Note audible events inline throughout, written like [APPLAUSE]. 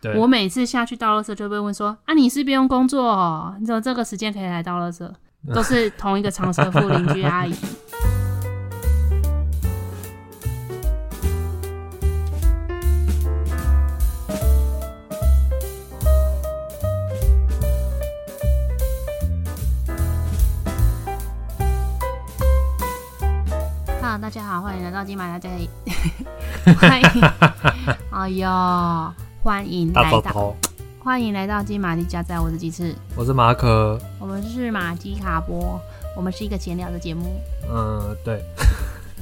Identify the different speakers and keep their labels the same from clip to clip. Speaker 1: 对
Speaker 2: 我每次下去倒垃圾就被问
Speaker 1: [LAUGHS]
Speaker 2: 说：“啊，你是不用工作哦，你怎么这个时间可以来倒垃圾？”都是同一个长舌妇邻居阿姨。Hello，大家好，欢迎来到金马大家
Speaker 1: [LAUGHS]
Speaker 2: 里，欢迎，哎呦，欢迎
Speaker 1: 大
Speaker 2: 来
Speaker 1: 糟
Speaker 2: 到，
Speaker 1: 糕。
Speaker 2: 欢迎来到金马的家，在我是鸡翅，
Speaker 1: 我是马可，
Speaker 2: 我们是马基卡波，我们是一个闲聊的节目，
Speaker 1: 嗯，对，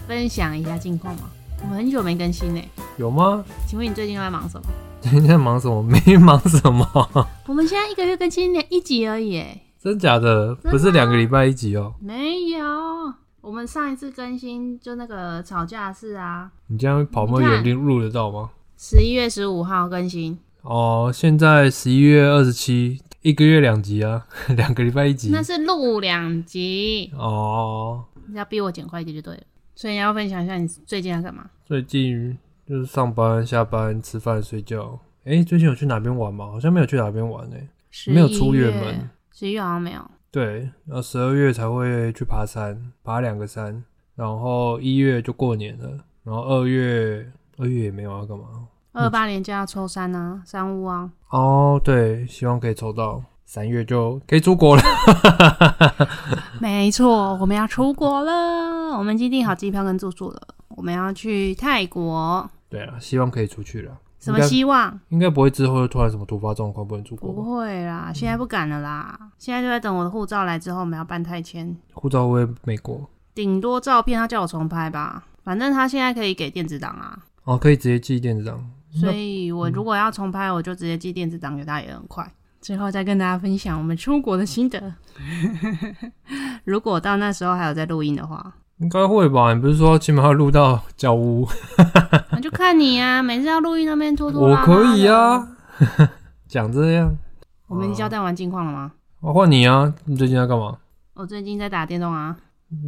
Speaker 2: 分享一下近况嘛。我们很久没更新呢，
Speaker 1: 有吗？ [LAUGHS]
Speaker 2: 请问你最近都在忙什么？
Speaker 1: 今天忙什么？没忙什么， [LAUGHS]
Speaker 2: 我们现在一个月更新两一集而已，哎，
Speaker 1: 真假的？
Speaker 2: 的啊
Speaker 1: 不是两个礼拜一集哦。
Speaker 2: 没有。我们上一次更新就那个吵架的事啊，
Speaker 1: 你这样跑那么
Speaker 2: 你
Speaker 1: 远，
Speaker 2: 看
Speaker 1: 定录得到吗？
Speaker 2: 十一月十五号更新，
Speaker 1: 哦，现在十一月二十七，一个月两集啊， [LAUGHS] 两个礼拜一集
Speaker 2: 那。是录两集，
Speaker 1: 哦，
Speaker 2: 你要逼我剪快一点就对了。所以你要分享一下你最近在干嘛？
Speaker 1: 最近就是上班、下班、吃饭、睡觉。哎、最近有去哪边玩吗？好像没有去哪边玩呢、没有出远门。
Speaker 2: 十一月好像没有。
Speaker 1: 对，然后十二月才会去爬山，爬两个山，然后一月就过年了，然后二月二月也没有要干嘛。
Speaker 2: 二八年就要抽三啊，三屋啊，
Speaker 1: 哦，对，希望可以抽到。三月就可以出国了。 [LAUGHS]
Speaker 2: 没错，我们要出国了，我们已经订好机票跟住宿了，我们要去泰国。
Speaker 1: 对啊，希望可以出去了。
Speaker 2: 什么希望？
Speaker 1: 应该不会之后突然什么突发状况不能出国
Speaker 2: 不
Speaker 1: 吧？
Speaker 2: 会啦，现在不敢了啦，现在就在等我的护照来之后，我们要办泰签，
Speaker 1: 护照会美国
Speaker 2: 顶多照片他叫我重拍吧，反正他现在可以给电子档啊，
Speaker 1: 哦，可以直接寄电子档。
Speaker 2: 所以我如果要重拍，我就直接寄电子档给他，也很快。最后再跟大家分享我们出国的心得。 [LAUGHS] 如果到那时候还有在录音的话，
Speaker 1: 应该会吧？你不是说起码要录到交屋？
Speaker 2: 那就看你啊，每次要录音那边拖拖
Speaker 1: 我
Speaker 2: 拉拉的
Speaker 1: 可以啊。 [LAUGHS] 讲这样，
Speaker 2: 我们已经交代完近况了吗？
Speaker 1: 我换你啊！你最近在干嘛？
Speaker 2: 我最近在打电动啊，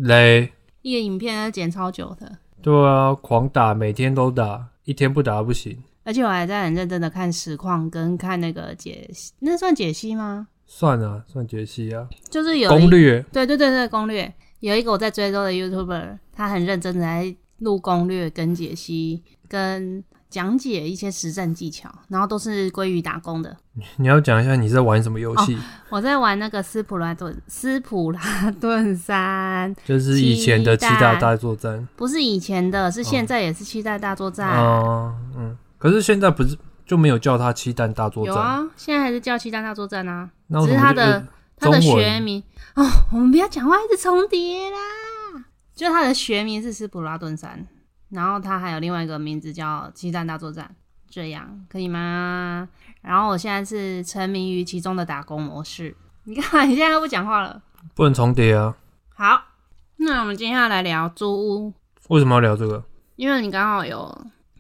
Speaker 1: 嘞。
Speaker 2: 一个影片要剪超久的，
Speaker 1: 对啊，狂打，每天都打，一天不打不行。
Speaker 2: 而且我还在很认真的看实况跟看那个解析，那算解析吗？
Speaker 1: 算了，算解析啊，
Speaker 2: 就是有一
Speaker 1: 攻，略
Speaker 2: 对对对对，攻略有一个我在追踪的 YouTuber，他很认真的在录攻略跟解析跟。讲解一些实战技巧，然后都是归于打工的。
Speaker 1: 你要讲一下你在玩什么游戏，
Speaker 2: 我在玩那个斯普拉顿，斯普拉 [LAUGHS] 顿三，
Speaker 1: 就是以前的七大大作战
Speaker 2: 不是以前的，是现在也是期待大作战。
Speaker 1: 啊、嗯，可是现在不是就没有叫它七蛋大作
Speaker 2: 有
Speaker 1: 战？
Speaker 2: 啊，现在还是叫七大大作战啊，
Speaker 1: 那为
Speaker 2: 只
Speaker 1: 什
Speaker 2: 是
Speaker 1: 么
Speaker 2: 它
Speaker 1: 就呃
Speaker 2: 的它
Speaker 1: 中
Speaker 2: 的
Speaker 1: 文
Speaker 2: 学名哦，我们不要讲话一直重叠啦。就它的学名是斯普拉顿山，然后它还有另外一个名字叫七蛋大作战，这样可以吗？然后我现在是沉迷于其中的打工模式。你看，你现在都不讲话了。
Speaker 1: 不能重叠啊？
Speaker 2: 好，那我们接下来聊租屋，
Speaker 1: 为什么要聊这个？
Speaker 2: 因为你刚好有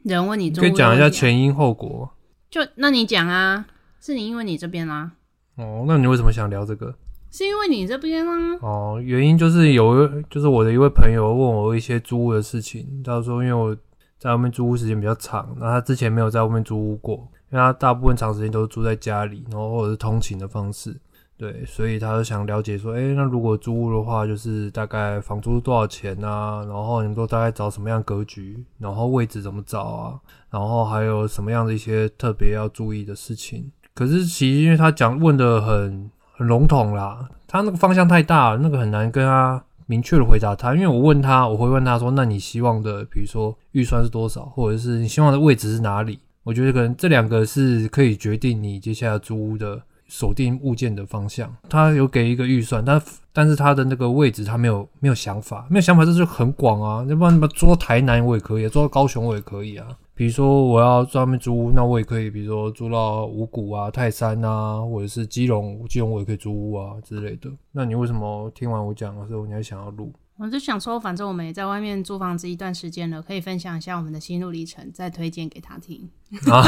Speaker 2: 人问你
Speaker 1: 你
Speaker 2: 租屋
Speaker 1: 可以
Speaker 2: 的
Speaker 1: 讲一
Speaker 2: 问
Speaker 1: 下
Speaker 2: 题啊，
Speaker 1: 前因后果
Speaker 2: 就那你讲啊，是你因为你这边啦、啊
Speaker 1: 哦。那你为什么想聊这个？
Speaker 2: 是因为你这边啊啦、
Speaker 1: 哦，原因就是有一，就是我的一位朋友问我一些租屋的事情，他说因为我在外面租屋时间比较长，那他之前没有在外面租屋过，因为他大部分长时间都是住在家里，啊然后或者是通勤的方式，对，所以他就想了解说，哎、那如果租屋的话，就是大概房租多少钱啊？然后你们都大概找什么样的格局，然后位置怎么找啊？然后还有什么样的一些特别要注意的事情？可是其实因为他讲问的很很笼统啦，他那个方向太大了，那个很难跟他明确的回答他。因为我问他，我会问他说：“那你希望的，比如说预算是多少，或者是你希望的位置是哪里？”我觉得可能这两个是可以决定你接下来租屋的锁定物件的方向。他有给一个预算，但但是他的那个位置他没有没有想法，没有想法这就很广啊。要不然你把租到台南我也可以，租到高雄我也可以啊。比如说我要专门租屋，那我也可以，比如说租到五股啊、泰山啊，或者是基隆，基隆我也可以租屋啊之类的。那你为什么听完我讲的时候，你还想要录？
Speaker 2: 我就想说，反正我们也在外面租房子一段时间了，可以分享一下我们的心路历程，再推荐给他听。
Speaker 1: 啊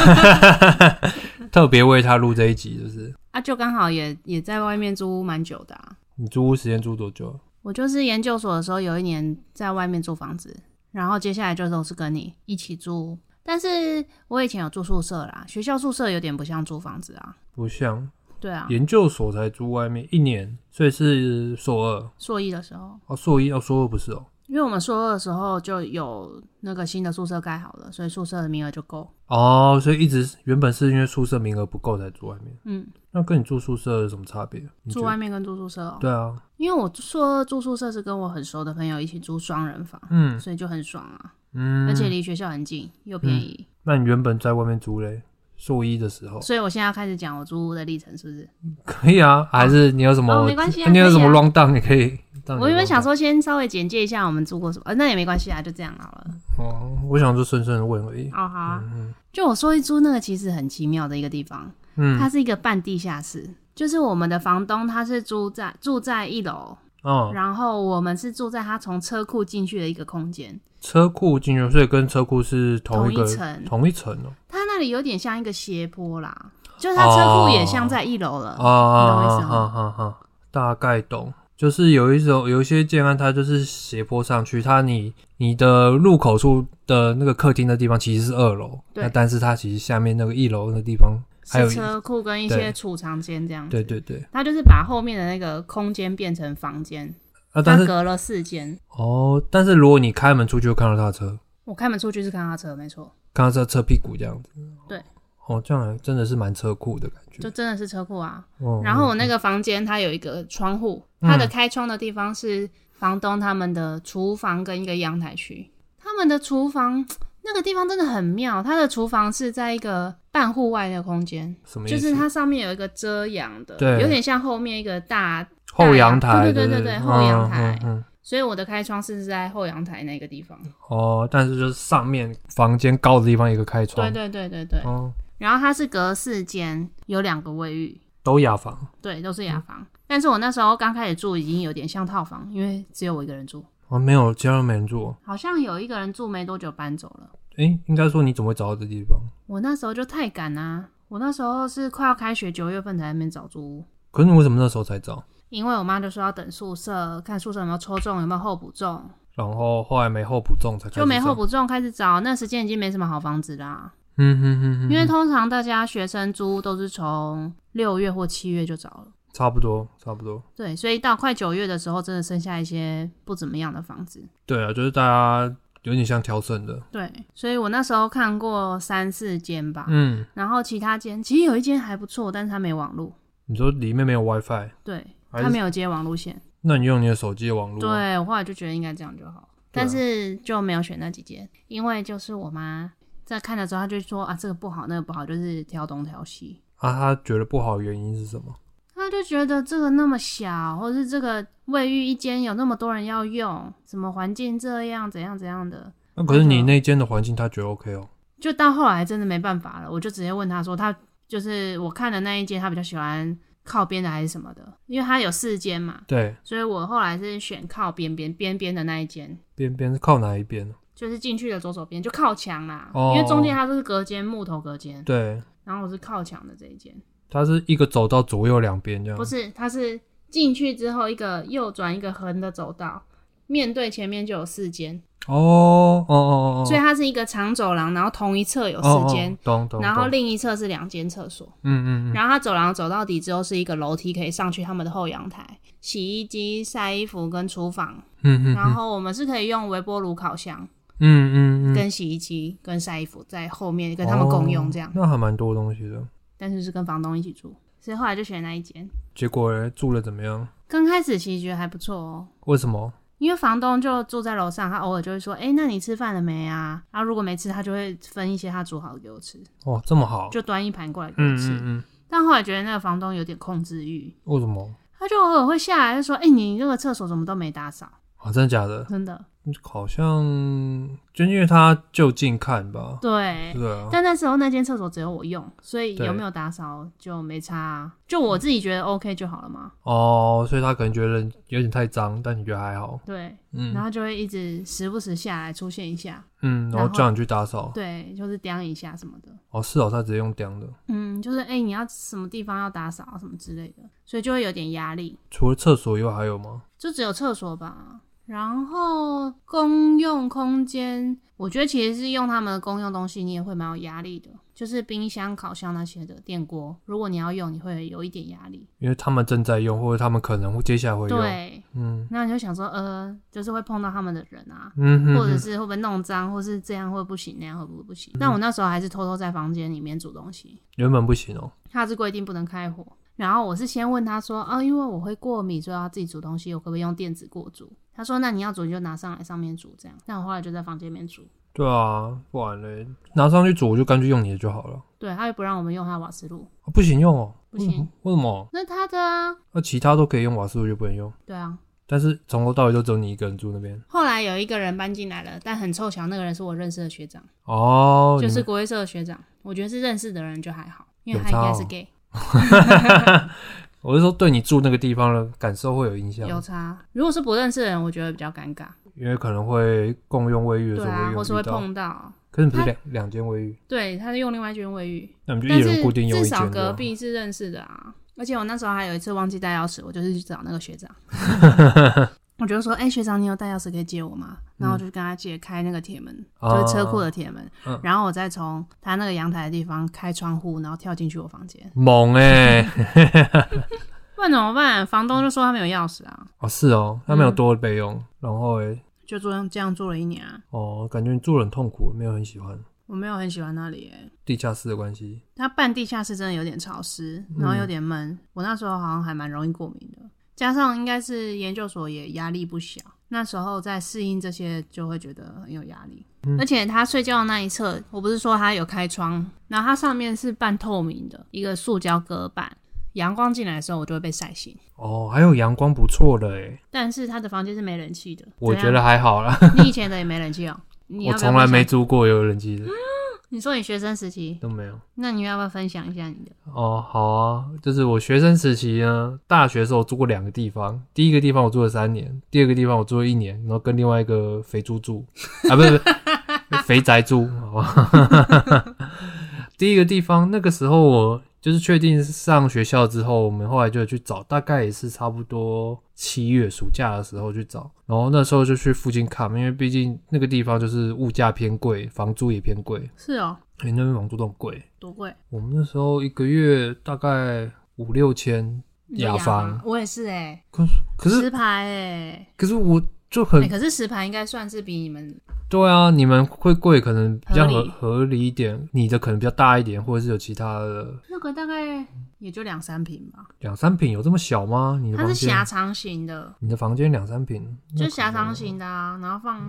Speaker 1: 特别为他录这一集，就是
Speaker 2: 啊，就刚好也也在外面租蛮久的、啊。
Speaker 1: 你租屋时间租多久啊？
Speaker 2: 我就是研究所的时候，有一年在外面租房子，然后接下来就都是跟你一起租。但是我以前有住宿舍啦，学校宿舍有点不像租房子啊。
Speaker 1: 不像
Speaker 2: 对啊，
Speaker 1: 研究所才租外面一年，所以是硕二
Speaker 2: 硕一的时候，
Speaker 1: 哦，硕一哦，硕二不是哦，
Speaker 2: 因为我们硕二的时候就有那个新的宿舍盖好了，所以宿舍的名额就够。
Speaker 1: 哦，所以一直原本是因为宿舍名额不够才住外面，
Speaker 2: 嗯，
Speaker 1: 那跟你住宿舍有什么差别？你
Speaker 2: 住
Speaker 1: 觉得
Speaker 2: 外面跟住宿舍哦、
Speaker 1: 对啊，
Speaker 2: 因为我硕二住宿舍是跟我很熟的朋友一起租双人房，
Speaker 1: 嗯
Speaker 2: 所以就很爽啊，
Speaker 1: 嗯，
Speaker 2: 而且离学校很近又便宜。
Speaker 1: 那你原本在外面租嘞，硕一的时候
Speaker 2: 所以我现在要开始讲我租屋的历程，是不是？
Speaker 1: 可以啊，还是你有什么？
Speaker 2: 哦没关系啊
Speaker 1: 你有什么
Speaker 2: 可以
Speaker 1: round down 你可以哦让你 round down？
Speaker 2: 我原本想说先稍微简介一下我们住过什么，呃，那也没关系啊，就这样好了。
Speaker 1: 哦，我想就顺顺的问而已。
Speaker 2: 哦，好啊。就我说一租那个其实很奇妙的一个地方，
Speaker 1: 嗯，
Speaker 2: 它是一个半地下室，就是我们的房东他是住在住在一楼，
Speaker 1: 哦，
Speaker 2: 然后我们是住在他从车库进去的一个空间，
Speaker 1: 车库进入，所以跟车库是同一个
Speaker 2: 同一层
Speaker 1: 同一层哦。
Speaker 2: 它那里有点像一个斜坡啦，就是它车库也像在一楼了。
Speaker 1: 啊啊
Speaker 2: 你懂我意
Speaker 1: 啊
Speaker 2: 思
Speaker 1: 啊
Speaker 2: 吗
Speaker 1: 啊啊！大概懂，就是有一种有一些建案，它就是斜坡上去，它你你的入口处的那个客厅的地方其实是二楼，
Speaker 2: 对
Speaker 1: 那但是它其实下面那个一楼那个地方还有
Speaker 2: 是车库跟一
Speaker 1: 对
Speaker 2: 些储藏间这样子，
Speaker 1: 对对对，
Speaker 2: 它就是把后面的那个空间变成房间，
Speaker 1: 啊，但
Speaker 2: 它
Speaker 1: 是
Speaker 2: 隔了四间。
Speaker 1: 哦，但是如果你开门出去，会看到他的车，
Speaker 2: 我开门出去是看他车，没错，
Speaker 1: 看到他车屁股这样子，
Speaker 2: 对，
Speaker 1: 哦，这样还真的是蛮车库的感觉
Speaker 2: 就。真的是车库啊。
Speaker 1: 哦，
Speaker 2: 然后我那个房间它有一个窗户，
Speaker 1: 嗯
Speaker 2: 它的开窗的地方是房东他们的厨房跟一个阳台区。他们的厨房那个地方真的很妙，它的厨房是在一个半户外的空间，
Speaker 1: 什么意
Speaker 2: 就
Speaker 1: 思？
Speaker 2: 是它上面有一个遮阳的，
Speaker 1: 对
Speaker 2: 有点像后面一个大，
Speaker 1: 后阳台，
Speaker 2: 对对啊对
Speaker 1: 不
Speaker 2: 对对后阳
Speaker 1: 嗯
Speaker 2: 台
Speaker 1: 嗯嗯
Speaker 2: 所以我的开窗是在后阳台那个地方。
Speaker 1: 哦，但是就是上面房间高的地方有一个开窗
Speaker 2: 对，对对对对，
Speaker 1: 哦，
Speaker 2: 然后它是隔四间，有两个卫浴，
Speaker 1: 都雅房
Speaker 2: 对，都是雅房。但是我那时候刚开始住已经有点像套房，因为只有我一个人住。
Speaker 1: 哦，没有，其他人没人住哦。
Speaker 2: 好像有一个人住没多久搬走了。
Speaker 1: 诶，应该说你怎么会找到这地方？
Speaker 2: 我那时候就太赶啦、我那时候是快要开学九月份才在那边找租屋，
Speaker 1: 可是你为什么那时候才找？
Speaker 2: 因为我妈就说要等宿舍，看宿舍有没有抽中，有没有候补中，
Speaker 1: 然后后来没候补中才开始
Speaker 2: 就没候
Speaker 1: 找。
Speaker 2: 补中开始找。那时间已经没什么好房子啦，
Speaker 1: 嗯哼哼哼，
Speaker 2: 因为通常大家学生租屋都是从六月或七月就找了。
Speaker 1: 差不多差不多。
Speaker 2: 对，所以到快九月的时候，真的剩下一些不怎么样的房子。
Speaker 1: 对啊，就是大家有点像调整的。
Speaker 2: 对，所以我那时候看过三四间吧，
Speaker 1: 嗯，
Speaker 2: 然后其他间其实有一间还不错，但是它没网络。
Speaker 1: 你说里面没有 WiFi，
Speaker 2: 对，
Speaker 1: 还是
Speaker 2: 它没有接网路线。
Speaker 1: 那你用你的手机的网啊络啊。
Speaker 2: 对，我后来就觉得应该这样就好，但是就没有选那几间，因为就是我妈在看的时候，她就说啊这个不好，那个不好，就是挑东挑西。
Speaker 1: 啊，他觉得不好的原因是什么？
Speaker 2: 她就觉得这个那么小，或是这个卫浴一间有那么多人要用，什么环境这样怎样怎样的，
Speaker 1: 那可是
Speaker 2: 那
Speaker 1: 你
Speaker 2: 个
Speaker 1: 那间的环境他觉得 OK 哦。
Speaker 2: 就到后来真的没办法了，我就直接问她说，她就是我看的那一间，她比较喜欢靠边的还是什么的，因为她有四间嘛，
Speaker 1: 对，
Speaker 2: 所以我后来是选靠边边边边的那一间，
Speaker 1: 边边是靠哪一边？
Speaker 2: 就是进去的左手边就靠墙啦，
Speaker 1: 哦
Speaker 2: 因为中间它都是隔间木头隔间，
Speaker 1: 对，
Speaker 2: 然后我是靠墙的这一间，
Speaker 1: 它是一个走道左右两边这样
Speaker 2: 不。是，它是进去之后一个右转一个横的走道，面对前面就有四间，
Speaker 1: 哦哦哦哦，
Speaker 2: 所以它是一个长走廊，然后同一侧有
Speaker 1: 哦哦
Speaker 2: 四间，
Speaker 1: 懂懂。
Speaker 2: 然后
Speaker 1: 懂
Speaker 2: 另一侧是两间厕所，
Speaker 1: 嗯嗯嗯，
Speaker 2: 然后它走廊走到底之后是一个楼梯可以上去他们的后阳台、洗衣机、晒衣服跟厨房，
Speaker 1: 嗯嗯，
Speaker 2: 然后我们是可以用微波炉烤箱
Speaker 1: 嗯嗯嗯，
Speaker 2: 跟洗衣机跟晒衣服在后面跟他们共用这样
Speaker 1: 哦。那还蛮多东西的。
Speaker 2: 但是是跟房东一起住，所以后来就选那一间。
Speaker 1: 结果嘞住了怎么样？
Speaker 2: 刚开始其实觉得还不错哦，
Speaker 1: 为什么？
Speaker 2: 因为房东就住在楼上，他偶尔就会说：“哎、那你吃饭了没啊？”然后如果没吃，他就会分一些他煮好的给我吃，
Speaker 1: 哦，这么好。
Speaker 2: 就端一盘过来给我
Speaker 1: 嗯
Speaker 2: 吃。
Speaker 1: 嗯嗯，
Speaker 2: 但后来觉得那个房东有点控制欲，
Speaker 1: 为什么？
Speaker 2: 他就偶尔会下来就说：“哎、你那个厕所怎么都没打扫
Speaker 1: 啊，真的假？”的？
Speaker 2: 真的，
Speaker 1: 好像就因为他就近看吧。
Speaker 2: 对。
Speaker 1: 对啊。
Speaker 2: [LAUGHS] 但那时候那间厕所只有我用，所以
Speaker 1: 对
Speaker 2: 有没有打扫就没差、啊，就我自己觉得 OK 就好了嘛。
Speaker 1: 哦，所以他可能觉得有点太脏，但你觉得还好。
Speaker 2: 对，然
Speaker 1: 嗯
Speaker 2: 后就会一直时不时下来出现一下，
Speaker 1: 嗯，然
Speaker 2: 然
Speaker 1: 后
Speaker 2: 后
Speaker 1: 叫你去打扫。
Speaker 2: 对，就是刁一下什么的。
Speaker 1: 哦，是哦，他直接用钉的。
Speaker 2: 嗯，就是哎、你要什么地方要打扫啊，什么之类的，所以就会有点压力。
Speaker 1: 除了厕所以外还有吗？
Speaker 2: 就只有厕所吧，然后公用空间，我觉得其实是用他们的公用东西，你也会蛮有压力的，就是冰箱、烤箱那些的电锅，如果你要用，你会有一点压力。
Speaker 1: 因为他们正在用，或者他们可能会接下来会用。
Speaker 2: 对，
Speaker 1: 嗯
Speaker 2: 那你就想说，呃，就是会碰到他们的人啊，
Speaker 1: 嗯嗯哼
Speaker 2: 或者是会不会弄脏，或是这样会不行，那样会不会不行？但我那时候还是偷偷在房间里面煮东西，
Speaker 1: 原本不行哦、
Speaker 2: 他是规定不能开火。然后我是先问他说，哦，因为我会过敏，所以要自己煮东西，我可不可以用电子锅煮？他说，那你要煮你就拿上来上面煮这样。但我后来就在房间里面煮，
Speaker 1: 对啊，不然嘞，拿上去煮我就干脆用你的就好了。
Speaker 2: 对，他又不让我们用他的瓦斯炉，
Speaker 1: 啊、不行用哦、
Speaker 2: 不行，
Speaker 1: 为什么？
Speaker 2: 那他的啊，
Speaker 1: 那、其他都可以用，瓦斯炉就不能用。
Speaker 2: 对啊。
Speaker 1: 但是从头到尾都只有你一个人住那边
Speaker 2: 后来有一个人搬进来了，但很凑巧，那个人是我认识的学长，
Speaker 1: 哦，
Speaker 2: 就
Speaker 1: 你
Speaker 2: 是
Speaker 1: 们
Speaker 2: 国卫社的学长。我觉得是认识的人就还好，因为
Speaker 1: 有
Speaker 2: 他应该
Speaker 1: 差
Speaker 2: 是
Speaker 1: 哦
Speaker 2: gay，
Speaker 1: 我是说对你住那个地方的感受会有影响，
Speaker 2: 有差。如果是不认识的人，我觉得比较尴尬，
Speaker 1: 因为可能会共用卫浴的时
Speaker 2: 对
Speaker 1: 候会
Speaker 2: 啊，
Speaker 1: 用
Speaker 2: 或是会
Speaker 1: 遇到，
Speaker 2: 碰到。
Speaker 1: 可是你不是两两间卫浴，
Speaker 2: 对，他是用另外一间卫浴，
Speaker 1: 那你们就一
Speaker 2: 但
Speaker 1: 人
Speaker 2: 是
Speaker 1: 固定用一
Speaker 2: 至
Speaker 1: 间
Speaker 2: 少
Speaker 1: 就
Speaker 2: 隔
Speaker 1: 好
Speaker 2: 壁是认识的啊。而且我那时候还有一次忘记带钥匙，我就是去找那个
Speaker 1: [LAUGHS]
Speaker 2: 学长，我就说：“哎、学长，你有带钥匙可以借我吗？”然后我就跟他借开那个铁门，就是车库的铁门，
Speaker 1: 哦嗯
Speaker 2: 然后我再从他那个阳台的地方开窗户，然后跳进去我房间。
Speaker 1: 猛
Speaker 2: [LAUGHS]
Speaker 1: 哎、
Speaker 2: 不然怎么办？房东就说他没有钥匙啊，
Speaker 1: 哦是哦，他没有
Speaker 2: 嗯
Speaker 1: 多备用，然后哎、
Speaker 2: 就这样这样住了一年、啊。
Speaker 1: 哦，感觉你住得很痛苦，没有很喜欢
Speaker 2: 我没有很喜欢那里、欸，
Speaker 1: 地下室的关系，
Speaker 2: 它半地下室真的有点潮湿，然
Speaker 1: 嗯
Speaker 2: 后有点闷。我那时候好像还蛮容易过敏的，加上应该是研究所也压力不小，那时候在适应这些就会觉得很有压力。
Speaker 1: 嗯
Speaker 2: 而且他睡觉的那一侧，我不是说他有开窗，然后它上面是半透明的一个塑胶隔板，阳光进来的时候我就会被晒醒。
Speaker 1: 哦，还有阳光不错的哎、
Speaker 2: 但是他的房间是没冷气的，
Speaker 1: 我
Speaker 2: 怎
Speaker 1: 觉
Speaker 2: 样
Speaker 1: 得还好啦，
Speaker 2: 你以前的也没冷气哦、你要
Speaker 1: 我
Speaker 2: 不要
Speaker 1: 从来
Speaker 2: 分
Speaker 1: 没
Speaker 2: 享。
Speaker 1: 住过有人机的，
Speaker 2: 你说你学生时期，
Speaker 1: 都没有。
Speaker 2: 那你要不要分享一下你的？
Speaker 1: 哦，好啊，就是我学生时期呢，大学的时候我住过两个地方，第一个地方我住了三年，第二个地方我住了一年，然后跟另外一个肥猪住，啊，不是不是肥宅住，好吧。 [LAUGHS] 第一个地方那个时候我就是确定上学校之后，我们后来就去找，大概也是差不多七月暑假的时候去找，然后那时候就去附近看，因为毕竟那个地方就是物价偏贵，房租也偏贵，
Speaker 2: 是哦、
Speaker 1: 因为那边房租都很贵。
Speaker 2: 多贵？
Speaker 1: 我们那时候一个月大概五六千，雅
Speaker 2: 房
Speaker 1: 房，
Speaker 2: 我也是哎、
Speaker 1: 可是
Speaker 2: 石牌哎、
Speaker 1: 可是我就
Speaker 2: 欸
Speaker 1: 很、
Speaker 2: 可是石牌应该算是比你们
Speaker 1: 对啊，你们会贵可能比较
Speaker 2: 合
Speaker 1: 合
Speaker 2: 理
Speaker 1: 合理一点，你的可能比较大一点，或者是有其他的
Speaker 2: 那个大概也就两三平吧，
Speaker 1: 两三平，有这么小吗？你的
Speaker 2: 它
Speaker 1: 房
Speaker 2: 是狭
Speaker 1: 间，
Speaker 2: 长型的，
Speaker 1: 你的房间两三平，
Speaker 2: 就
Speaker 1: 那
Speaker 2: 是
Speaker 1: 可
Speaker 2: 狭长
Speaker 1: 能嗯
Speaker 2: 型的啊，然后放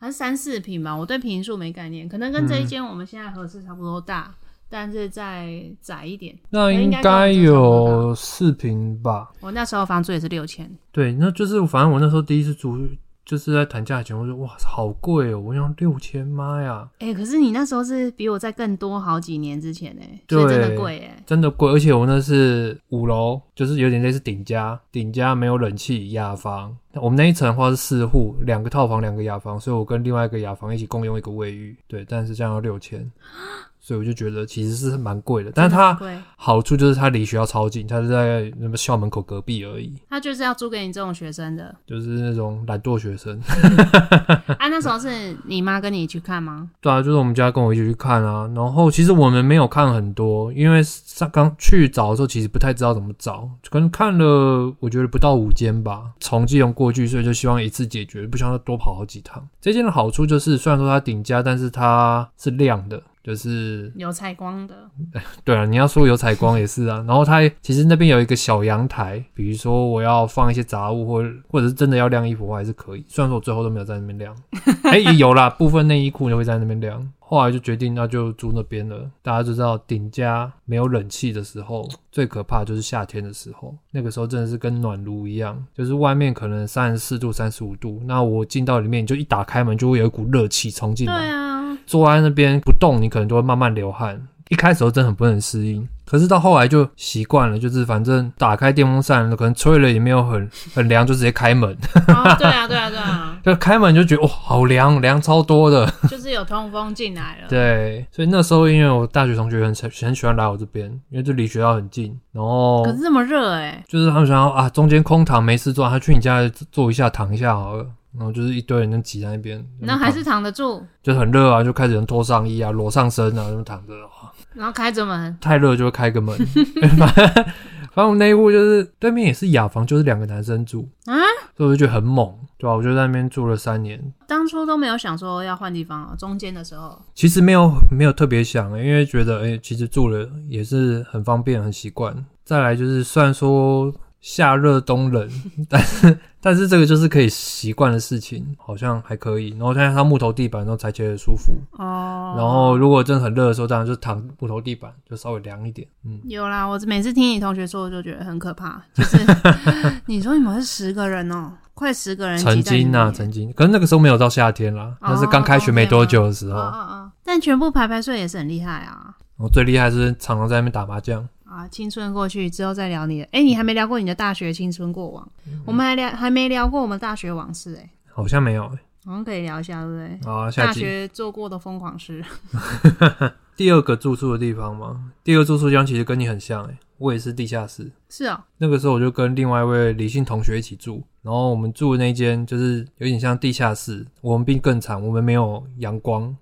Speaker 2: 还是三四平吧，我对平数没概念，可能跟这一间我们现在合适差不多大，但是再窄一点。
Speaker 1: 那
Speaker 2: 应
Speaker 1: 应
Speaker 2: 该
Speaker 1: 该
Speaker 2: 跟我们差不多
Speaker 1: 有四平吧？
Speaker 2: 我那时候房租也是六千，
Speaker 1: 对，那就是反正我那时候第一次住，就是在谈价钱，我就哇好贵哦，我想六千，妈呀！
Speaker 2: 哎、可是你那时候是比我在更多好几年之前哎、所以真的贵哎、
Speaker 1: 真的贵，而且我那是五楼，就是有点类似顶家，顶家没有冷气，雅房。我们那一层的话是四户，两个套房，两个雅房，所以我跟另外一个雅房一起共用一个卫浴。对，但是这样要六千，所以我就觉得其实是蛮贵的。但是
Speaker 2: 真的很
Speaker 1: 它
Speaker 2: 贵，
Speaker 1: 好处就是它离学校超近，它是在那么校门口隔壁而已，
Speaker 2: 他就是要租给你这种学生的
Speaker 1: 就是那种懒惰学生。
Speaker 2: 啊。那时候是你妈跟你去看吗？
Speaker 1: 对啊，就是我们家跟我一起去看啊。然后其实我们没有看很多，因为上刚去找的时候，其实不太知道怎么找，可能看了我觉得不到五间吧，从基隆过去，所以就希望一次解决，不希望多跑好几趟。这间的好处就是，虽然说它顶加，但是它是亮的。就是
Speaker 2: 有采光的，
Speaker 1: [LAUGHS] 对啊，你要说有采光也是啊。然后它其实那边有一个小阳台，比如说我要放一些杂物，或或者是真的要晾衣服，我还是可以。虽然说我最后都没有在那
Speaker 2: [LAUGHS]
Speaker 1: 边晾，哎、也有啦，部分内衣裤就会在那边晾。后来就决定，那就住那边了。大家就知道，顶家没有冷气的时候，最可怕就是夏天的时候。那个时候真的是跟暖炉一样，就是外面可能三十四度、三十五度，那我进到里面，你就一打开门，就会有一股热气冲进
Speaker 2: 对
Speaker 1: 来。
Speaker 2: 啊，
Speaker 1: 坐在那边不动，你可能就会慢慢流汗。一开始都真的很不能适应，可是到后来就习惯了，就是反正打开电风扇，可能吹了也没有很 [LAUGHS] 很凉，就直接开门。
Speaker 2: 哦，对啊，对啊，对啊，
Speaker 1: 就开门就觉得哇、哦好凉，凉超多的。
Speaker 2: [LAUGHS] 就是有通风进来了。
Speaker 1: 对，所以那时候因为我大学同学很很喜欢来我这边，因为这离学校很近，然后
Speaker 2: 可是这么热哎、
Speaker 1: 就是他们想要啊，中间空堂没事做，他去你家坐一下，躺一下好了。然后就是一堆人就挤在那边，
Speaker 2: 然后还是躺得住，
Speaker 1: 就很热啊，就开始人脱上衣啊，裸上身啊，就躺着、哇
Speaker 2: 然后开着门，
Speaker 1: 太热就会开
Speaker 2: [LAUGHS]
Speaker 1: 个门。反正反正我们那一户就是对面也是雅房，就是两个男生住
Speaker 2: 啊，
Speaker 1: 所以我就觉得很猛，对吧、我就在那边住了三年，
Speaker 2: 当初都没有想说要换地方哦，中间的时候，
Speaker 1: 其实没有没有特别想，因为觉得哎、其实住了也是很方便，很习惯。再来就是虽然说夏热冬冷， [LAUGHS] 但是但是这个就是可以习惯的事情，好像还可以。然后再加上木头地板，然后才觉得舒服。
Speaker 2: 哦，
Speaker 1: 然后如果真的很热的时候，当然就躺木头地板，就稍微凉一点。嗯，
Speaker 2: 有啦，我每次听你同学说，我就觉得很可怕。就是 [LAUGHS] 你说你们是十个人哦、快十个人挤在
Speaker 1: 曾
Speaker 2: 里面，
Speaker 1: 经啊，曾经，可是那个时候没有到夏天啦，那是刚开学没多久的时
Speaker 2: 哦
Speaker 1: 候。
Speaker 2: 哦哦，但全部排排睡也是很厉害啊
Speaker 1: 我最厉害是常常在那边打麻将。
Speaker 2: 啊！青春过去之后再聊你的，哎、你还没聊过你的大学青春过往，
Speaker 1: 嗯
Speaker 2: 我们还聊还没聊过我们大学往事、哎，
Speaker 1: 好像没有、欸
Speaker 2: 好像可以聊一下，对不对？
Speaker 1: 好啊，下
Speaker 2: 大
Speaker 1: 集。
Speaker 2: 学做过的疯狂事，
Speaker 1: 第二个住宿的地方嘛，第二个住宿地方其实跟你很像诶、欸我也是地下室。
Speaker 2: [LAUGHS] 是哦，
Speaker 1: 那个时候我就跟另外一位理性同学一起住，然后我们住的那间就是有点像地下室，我们比你更惨，我们没有阳光，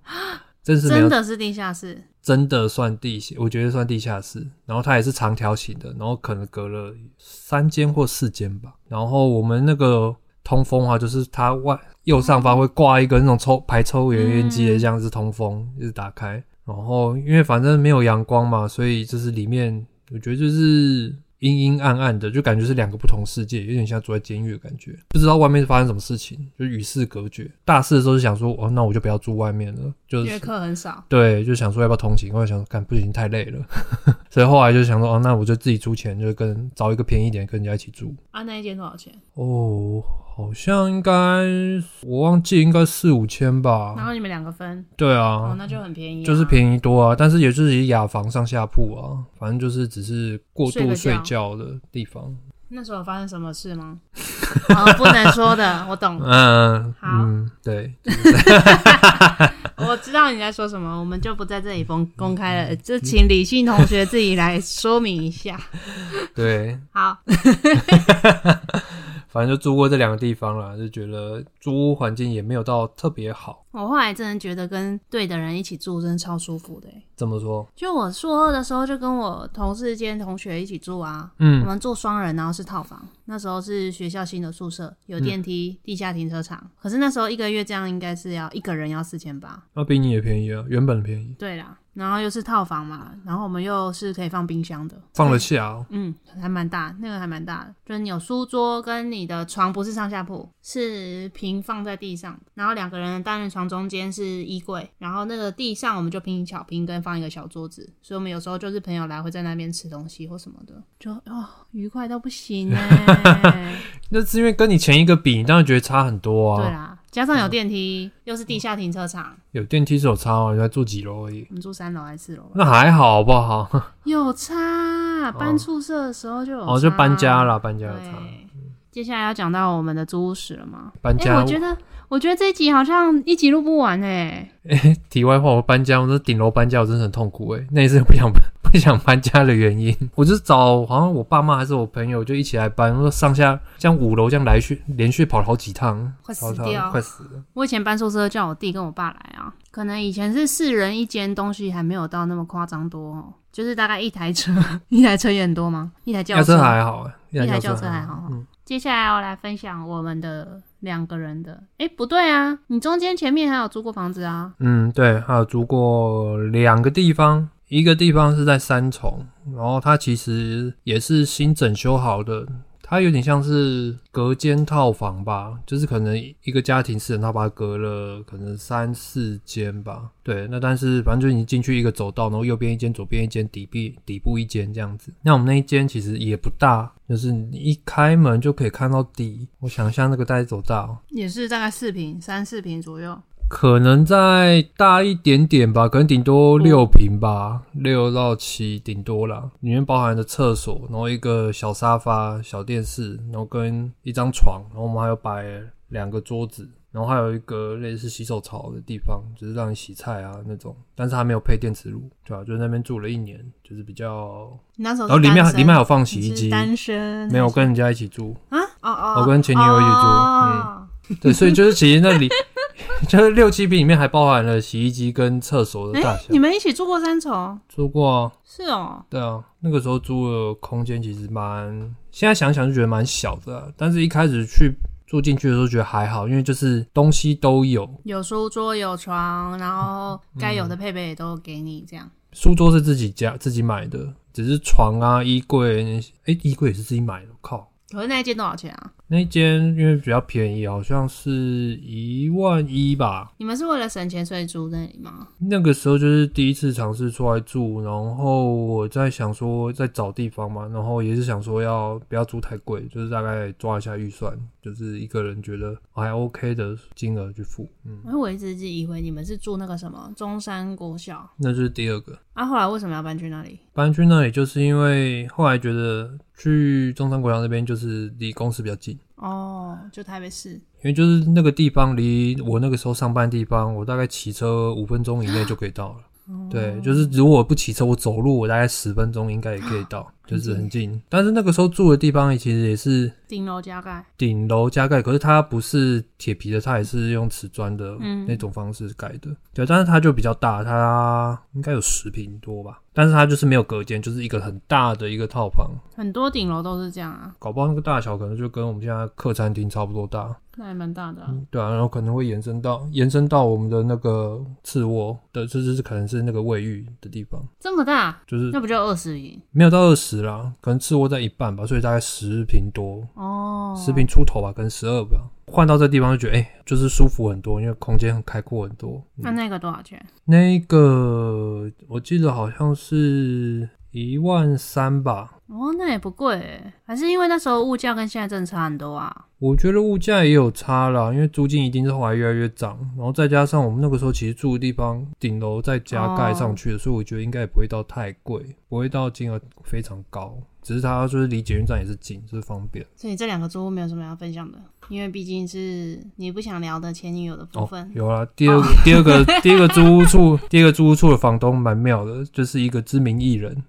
Speaker 1: 真是没有
Speaker 2: 啊真的是地下室，
Speaker 1: 真的算地下，我觉得算地下室。然后它也是长条形的，然后可能隔了三间或四间吧。然后我们那个通风啊，就是它外右上方会挂一个那种抽排抽油烟机的，这样子通风，一直打开。然后因为反正没有阳光嘛，所以就是里面我觉得就是阴阴暗暗的，就感觉是两个不同世界，有点像住在监狱的感觉。不知道外面发生什么事情，就与世隔绝。大四的时候就想说，哦，那我就不要住外面了，就是
Speaker 2: 约课很少，
Speaker 1: 对，就想说要不要通勤，后来想说干不行太累了， [LAUGHS] 所以后来就想说哦，那我就自己出钱，就跟找一个便宜一点跟人家一起住。
Speaker 2: 啊，那一间多少钱？
Speaker 1: 哦，好像应该我忘记应该四五千
Speaker 2: 然
Speaker 1: 吧。
Speaker 2: 后你们两个分，
Speaker 1: 对
Speaker 2: 哦，
Speaker 1: 啊，
Speaker 2: 那就很便宜、啊，
Speaker 1: 哦就是便宜多啊，但是也就是以雅房上下铺啊，反正就是只是过
Speaker 2: 睡
Speaker 1: 度
Speaker 2: 个
Speaker 1: 睡
Speaker 2: 觉
Speaker 1: 觉的地方。
Speaker 2: 那时候有发生什么事
Speaker 1: [LAUGHS]
Speaker 2: 吗？哦，不能说的，我懂，
Speaker 1: 嗯
Speaker 2: 好
Speaker 1: 嗯，对，
Speaker 2: 我知道你在说什么，我们就不在这里公公开了，
Speaker 1: 嗯
Speaker 2: 就请理性同学自己来说明一下。
Speaker 1: 对，
Speaker 2: 好，
Speaker 1: 反正就住过这两个地方啦，就觉得租屋环境也没有到特别好。
Speaker 2: 我后来真的觉得跟对的人一起住真的超舒服的欸。
Speaker 1: 这么说，
Speaker 2: 就我硕二的时候，就跟我同事兼同学一起住啊，我
Speaker 1: 嗯
Speaker 2: 们住双人，然后是套房。那时候是学校新的宿舍，有电梯、地下停车场。可是那时候一个月这样应该是要一个人要四千八。
Speaker 1: 那比你也便宜啊，原本便宜，
Speaker 2: 对啦，然后又是套房嘛，然后我们又是可以放冰箱的，
Speaker 1: 放得下哦。
Speaker 2: 嗯，还蛮大，那个还蛮大的，就是你有书桌跟你的床不是上下铺，是平放在地上，然后两个人的单人床中间是衣柜，然后那个地上我们就拼巧拼跟放一个小桌子，所以我们有时候就是朋友来会在那边吃东西或什么的，就哦愉快到不 [LAUGHS] 行哎、
Speaker 1: 那是因为跟你前一个比，你当然觉得差很多
Speaker 2: 对
Speaker 1: 啊。
Speaker 2: 啦，加上有电梯，又是地下停车场，
Speaker 1: 有电梯是有差哦，你才住几楼而已，
Speaker 2: 我们住三楼还是四楼吧？
Speaker 1: 那还好好不好？
Speaker 2: 有差，搬宿舍的时候 [LAUGHS] 就有
Speaker 1: 哦，就
Speaker 2: 差
Speaker 1: 搬家，啦，搬家有差，嗯
Speaker 2: 对。接下来要讲到我们的租屋史了吗？
Speaker 1: 搬
Speaker 2: 哎、
Speaker 1: 家
Speaker 2: 我。觉得，我觉得这一集好像一集录不完哎、
Speaker 1: 题外话，我搬家，我这顶楼搬家，我真的很痛苦诶、欸那也是不想搬 [LAUGHS] 不想搬家的原因。我就是找好像我爸妈还是我朋友就一起来搬，我说上下像五楼这样来去连续跑了好几趟，
Speaker 2: 快死
Speaker 1: 超超
Speaker 2: 掉
Speaker 1: 快死了。
Speaker 2: 我以前搬宿舍叫我弟跟我爸来啊，可能以前是四人一间，东西还没有到那么夸张多哦，就是大概一台车， [LAUGHS] 一台车也很多吗？一台轿
Speaker 1: 轿车还好、欸，
Speaker 2: 一台轿
Speaker 1: 轿
Speaker 2: 车还好。
Speaker 1: 嗯，
Speaker 2: 接下来我来分享我们的两个人的，哎、不对啊，你中间前面还有租过房子啊？
Speaker 1: 嗯，对，还有住过两个地方，一个地方是在三重，然后它其实也是新整修好的，它有点像是隔间套房吧，就是可能一个家庭四人，它把它隔了可能三四间吧。对，那但是反正就是你进去一个走道，然后右边一间，左边一间，底壁底部一间这样子。那我们那一间其实也不大，就是你一开门就可以看到底。我想一下，那个大概走大哦
Speaker 2: 也是大概四平，三四平左右。
Speaker 1: 可能再大一点点吧，可能顶多六平吧，六到七顶多啦。里面包含着厕所，然后一个小沙发、小电视，然后跟一张床，然后我们还有摆两个桌子，然后还有一个类似洗手槽的地方，就是让你洗菜啊那种。但是它没有配电磁炉，对吧、就在那边住了一年，就是比较……
Speaker 2: 你那时候
Speaker 1: 然
Speaker 2: 是
Speaker 1: 哦后里
Speaker 2: 哦
Speaker 1: 面
Speaker 2: 单
Speaker 1: 还
Speaker 2: 身
Speaker 1: 里面还有放洗
Speaker 2: 你
Speaker 1: 衣
Speaker 2: 是
Speaker 1: 机，
Speaker 2: 单身
Speaker 1: 没有
Speaker 2: 还是
Speaker 1: 跟人家一起住。嗯
Speaker 2: 啊？哦哦，
Speaker 1: 我跟前女友一起住
Speaker 2: 哦
Speaker 1: 对，所以就是其实那里 [LAUGHS] 就是六七平里面还包含了洗衣机跟厕所的
Speaker 2: 哎、
Speaker 1: 大小
Speaker 2: 你。们一起住过三重？
Speaker 1: 租过啊，
Speaker 2: 是哦，
Speaker 1: 对啊，那个时候租的空间其实蛮，现在想想就觉得蛮小的啊、但是一开始去住进去的时候觉得还好，因为就是东西都有，
Speaker 2: 有书桌有床，然后该有的配备也都给你，这样。
Speaker 1: 书桌是自己家自己买的，只是床啊、衣柜那些，哎、衣柜也是自己买的，靠。
Speaker 2: 可是那一间多少钱啊？
Speaker 1: 那一间因为比较便宜，好像是一万一吧。
Speaker 2: 你们是为了省钱所以住那里吗？
Speaker 1: 那个时候就是第一次尝试出来住，然后我在想说在找地方嘛，然后也是想说要不要租太贵，就是大概抓一下预算，就是一个人觉得还 OK 的金额去付。嗯，
Speaker 2: 因为我一直以为你们是住那个什么中山国小
Speaker 1: 那就是第二个。
Speaker 2: 啊，后来为什么要搬去那里？
Speaker 1: 搬去那里就是因为后来觉得去中山国桥那边就是离公司比较近，
Speaker 2: 哦，就台北市。
Speaker 1: 因为就是那个地方离我那个时候上班地方，我大概骑车五分钟以内就可以到了。对，就是如果不骑车，我走路，我大概十分钟应该也可以到，就是哦很近。但是那个时候住的地方其实也是
Speaker 2: 顶楼加盖，
Speaker 1: 顶楼加盖，可是它不是铁皮的，它也是用瓷砖的
Speaker 2: 嗯
Speaker 1: 那种方式盖的。对，但是它就比较大，它应该有十平多吧。但是它就是没有隔间，就是一个很大的一个套房，
Speaker 2: 很多顶楼都是这样啊，
Speaker 1: 搞不好那个大小可能就跟我们现在客餐厅差不多大。
Speaker 2: 那还蛮大的啊、
Speaker 1: 对啊，然后可能会延伸到延伸到我们的那个次卧的，这就是可能是那个卫浴的地方，
Speaker 2: 这么大，
Speaker 1: 就是
Speaker 2: 那不就二十平？
Speaker 1: 没有到二十啦，可能次卧在一半吧，所以大概十平多，
Speaker 2: 哦，
Speaker 1: 十平出头吧，可能十二吧。换到这地方就觉得，哎、就是舒服很多，因为空间很开阔很多。
Speaker 2: 那那个多少钱？
Speaker 1: 那个我记得好像是一万三吧，
Speaker 2: 哦，那也不贵欸，还是因为那时候物价跟现在真的差很多啊。
Speaker 1: 我觉得物价也有差啦，因为租金一定是后来越来越涨，然后再加上我们那个时候其实住的地方顶楼再加盖上去的，所以我觉得应该也不会到太贵，不会到金额非常高，只是它就是离捷运站也是近，就是方便。
Speaker 2: 所以这两个租屋没有什么要分享的，因为毕竟是你不想聊的前女友的部
Speaker 1: 哦
Speaker 2: 分，。
Speaker 1: 有啦，第二个、第二个第二个租屋处，第二个租屋处的房东蛮妙的，就是一个知名艺人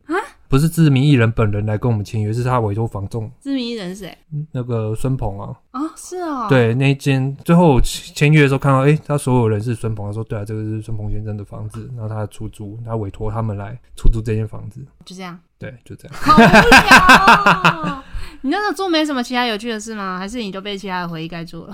Speaker 1: 不是知名艺人本人来跟我们签约，是他委托房仲
Speaker 2: 知名艺人是谁？
Speaker 1: 那个孙鹏啊，
Speaker 2: 哦，是哦，，
Speaker 1: 对，那一间最后我签签约的时候看到，诶，他所有人是孙鹏，他说对啊，这个是孙鹏先生的房子，然后他出租，他委托他们来出租这间房子，
Speaker 2: 就这样。
Speaker 1: 对，就这样。
Speaker 2: 好无聊、哦。 [LAUGHS] 你那时候做没什么其他有趣的事吗？还是你就被其他的回忆盖住了？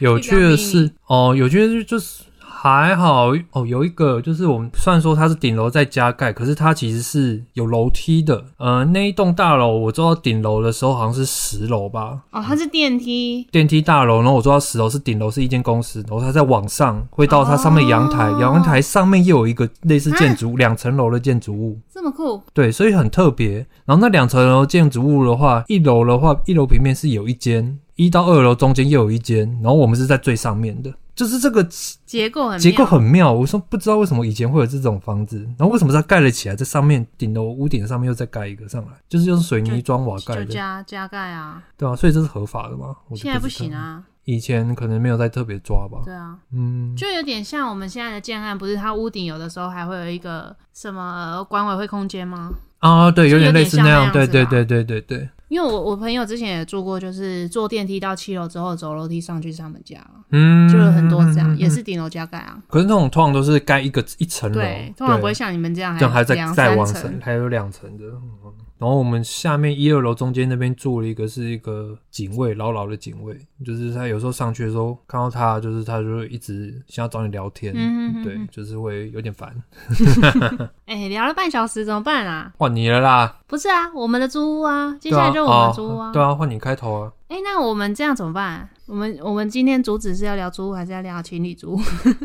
Speaker 1: 有趣的是，哦，有趣的是就是还好哦，有一个就是我们虽然说它是顶楼再加盖，可是它其实是有楼梯的。呃，那一栋大楼我坐到顶楼的时候好像是十楼吧，
Speaker 2: 哦，它是电梯，
Speaker 1: 电梯大楼，然后我坐到十楼是顶楼是一间公司，然后它在往上会到它上面阳台，
Speaker 2: 哦啊
Speaker 1: 阳台上面又有一个类似建筑两层楼的建筑物。
Speaker 2: 这么酷，
Speaker 1: 对，所以很特别。然后那两层楼建筑物的话，一楼的话，一楼平面是有一间，一到二楼中间又有一间，然后我们是在最上面的，就是这个
Speaker 2: 结构很
Speaker 1: 结构
Speaker 2: 妙
Speaker 1: 很妙。我说不知道为什么以前会有这种房子，然后为什么它盖了起来，在上面顶楼屋顶上面又再盖一个上来，就是用水泥砖瓦盖
Speaker 2: 就
Speaker 1: 的，
Speaker 2: 加加盖啊，
Speaker 1: 对啊，所以这是合法的吗？我就
Speaker 2: 现在不
Speaker 1: 知道哦
Speaker 2: 行，啊，
Speaker 1: 以前可能没有再特别抓吧。
Speaker 2: 对啊，
Speaker 1: 嗯，
Speaker 2: 就有点像我们现在的建案，不是它屋顶有的时候还会有一个什么呃管委会空间吗？
Speaker 1: 啊，对，有
Speaker 2: 就有
Speaker 1: 点类
Speaker 2: 点
Speaker 1: 似
Speaker 2: 像
Speaker 1: 那
Speaker 2: 那
Speaker 1: 样，
Speaker 2: 样
Speaker 1: 对
Speaker 2: 子
Speaker 1: 对
Speaker 2: 吧
Speaker 1: 对对对对，
Speaker 2: 因为我我朋友之前也住过，就是坐电梯到七楼之后走楼梯上去是他们家，
Speaker 1: 嗯，
Speaker 2: 就有很多这
Speaker 1: 嗯
Speaker 2: 样，
Speaker 1: 嗯
Speaker 2: 也
Speaker 1: 嗯
Speaker 2: 是顶楼加盖啊。
Speaker 1: 可是那种通常都是盖一个一层楼，
Speaker 2: 对，通常
Speaker 1: 对
Speaker 2: 不会像你们这样，
Speaker 1: 这样还在
Speaker 2: 两
Speaker 1: 再
Speaker 2: 三
Speaker 1: 往
Speaker 2: 层
Speaker 1: 上，。还有两层的。嗯然后我们下面一二楼中间那边住了一个是一个警卫，老老的警卫，就是他有时候上去的时候看到他，就是他就会一直想要找你聊天，
Speaker 2: 嗯哼哼
Speaker 1: 对
Speaker 2: 哼，
Speaker 1: 就是会有点烦。
Speaker 2: 哎、聊了半小时怎么办啊？
Speaker 1: 换你了啦，
Speaker 2: 不是啊，我们的租屋啊，接
Speaker 1: 对
Speaker 2: 下来
Speaker 1: 啊，
Speaker 2: 就我
Speaker 1: 哦
Speaker 2: 们租屋啊。
Speaker 1: 对啊，换你开头啊。
Speaker 2: 哎、那我们这样怎么办？啊我们我们今天主旨是要聊租屋，还是要聊情侣租屋？ [LAUGHS]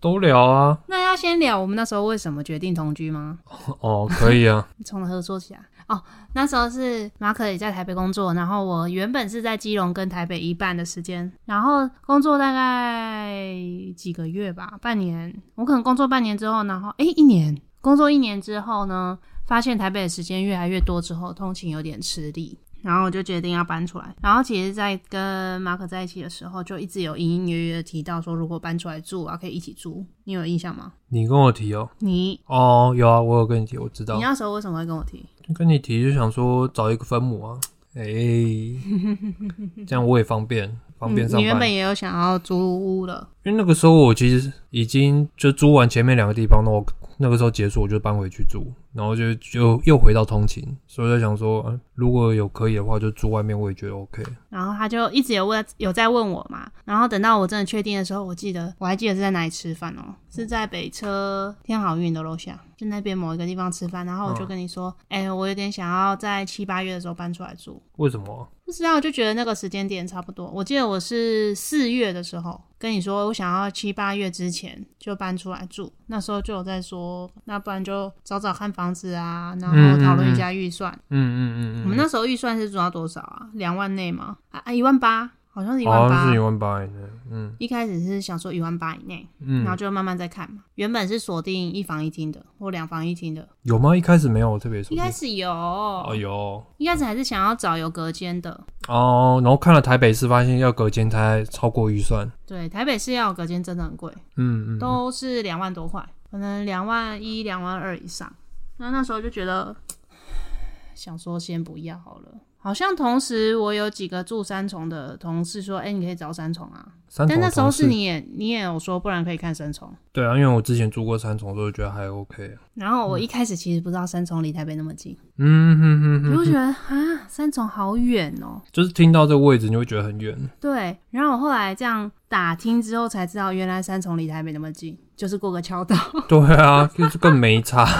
Speaker 1: 都聊啊，
Speaker 2: 那要先聊我们那时候为什么决定同居吗？
Speaker 1: 哦，可以啊，
Speaker 2: 从何说起啊？哦，那时候是马可也在台北工作，然后我原本是在基隆跟台北一半的时间，然后工作大概几个月吧，半年。我可能工作半年之后，然后诶一年，工作一年之后呢，发现台北的时间越来越多之后，通勤有点吃力。然后我就决定要搬出来。然后其实，在跟马可在一起的时候，就一直有隐隐约约地提到说，如果搬出来住啊，可以一起住。你有印象吗？
Speaker 1: 你跟我提哦，
Speaker 2: 你
Speaker 1: 哦，有啊，我有跟你提，我知道
Speaker 2: 你，那时候为什么会跟我提？
Speaker 1: 跟你提就想说找一个分母啊，哎、这样我也方便，方便
Speaker 2: 嗯
Speaker 1: 上
Speaker 2: 你原
Speaker 1: 班
Speaker 2: 本。也有想要租屋了，
Speaker 1: 因为那个时候我其实已经就租完前面两个地方，那我那个时候结束我就搬回去住，然后就就又回到通勤，所以我在想说，嗯如果有可以的话，就住外面我也觉得 OK。
Speaker 2: 然后他就一直有问，有在问我嘛。然后等到我真的确定的时候，我记得我还记得是在哪里吃饭哦，是在北车天好运的楼下，就那边某一个地方吃饭。然后我就
Speaker 1: 嗯
Speaker 2: 跟你说，哎、我有点想要在七八月的时候搬出来住。
Speaker 1: 为什么？啊
Speaker 2: 不知道，就觉得那个时间点差不多。我记得我是四月的时候跟你说，我想要七八月之前就搬出来住。那时候就有在说，那不然就找找看房子啊，然后讨论一下预算。
Speaker 1: 嗯嗯嗯嗯，
Speaker 2: 我们那时候预算是主要多少啊？两万内吗？啊啊，一万八，好像是一
Speaker 1: 好
Speaker 2: 万
Speaker 1: 像
Speaker 2: 八
Speaker 1: 是一。万八，嗯
Speaker 2: 一开始是想说一万八以内，然后
Speaker 1: 嗯，
Speaker 2: 就慢慢再看嘛。原本是锁定一房一厅的或两房一厅的，
Speaker 1: 有吗？一开始没有，我特别熟
Speaker 2: 一
Speaker 1: 悉。
Speaker 2: 开始有，
Speaker 1: 哦有
Speaker 2: 一开始还是想要找有隔间的。
Speaker 1: 哦，然后看了台北市，发现要隔间才超过预算。
Speaker 2: 对，台北市要有隔间真的很贵，
Speaker 1: 嗯嗯，
Speaker 2: 都是两万多块，可能两万一、两万二以上。那那时候就觉得，想说先不要好了。好像同时我有几个住三重的同事说，哎、你可以找三重啊。
Speaker 1: 三重
Speaker 2: 但
Speaker 1: 的
Speaker 2: 那时候
Speaker 1: 同事
Speaker 2: 是你也你也有说，不然可以看三重。
Speaker 1: 对啊，因为我之前住过三重，所以我觉得还 OK。
Speaker 2: 然后我一开始其实不知道三重离台北那么近，
Speaker 1: 嗯嗯嗯
Speaker 2: 我
Speaker 1: 嗯，
Speaker 2: 就觉得啊，三重好远哦、
Speaker 1: 就是听到这个位置，你会觉得很 [LAUGHS] 远。
Speaker 2: 对，然后我后来这样打听之后才知道，原来三重离台北那么近，就是过个桥岛。
Speaker 1: 对啊，就是更没差。
Speaker 2: [LAUGHS]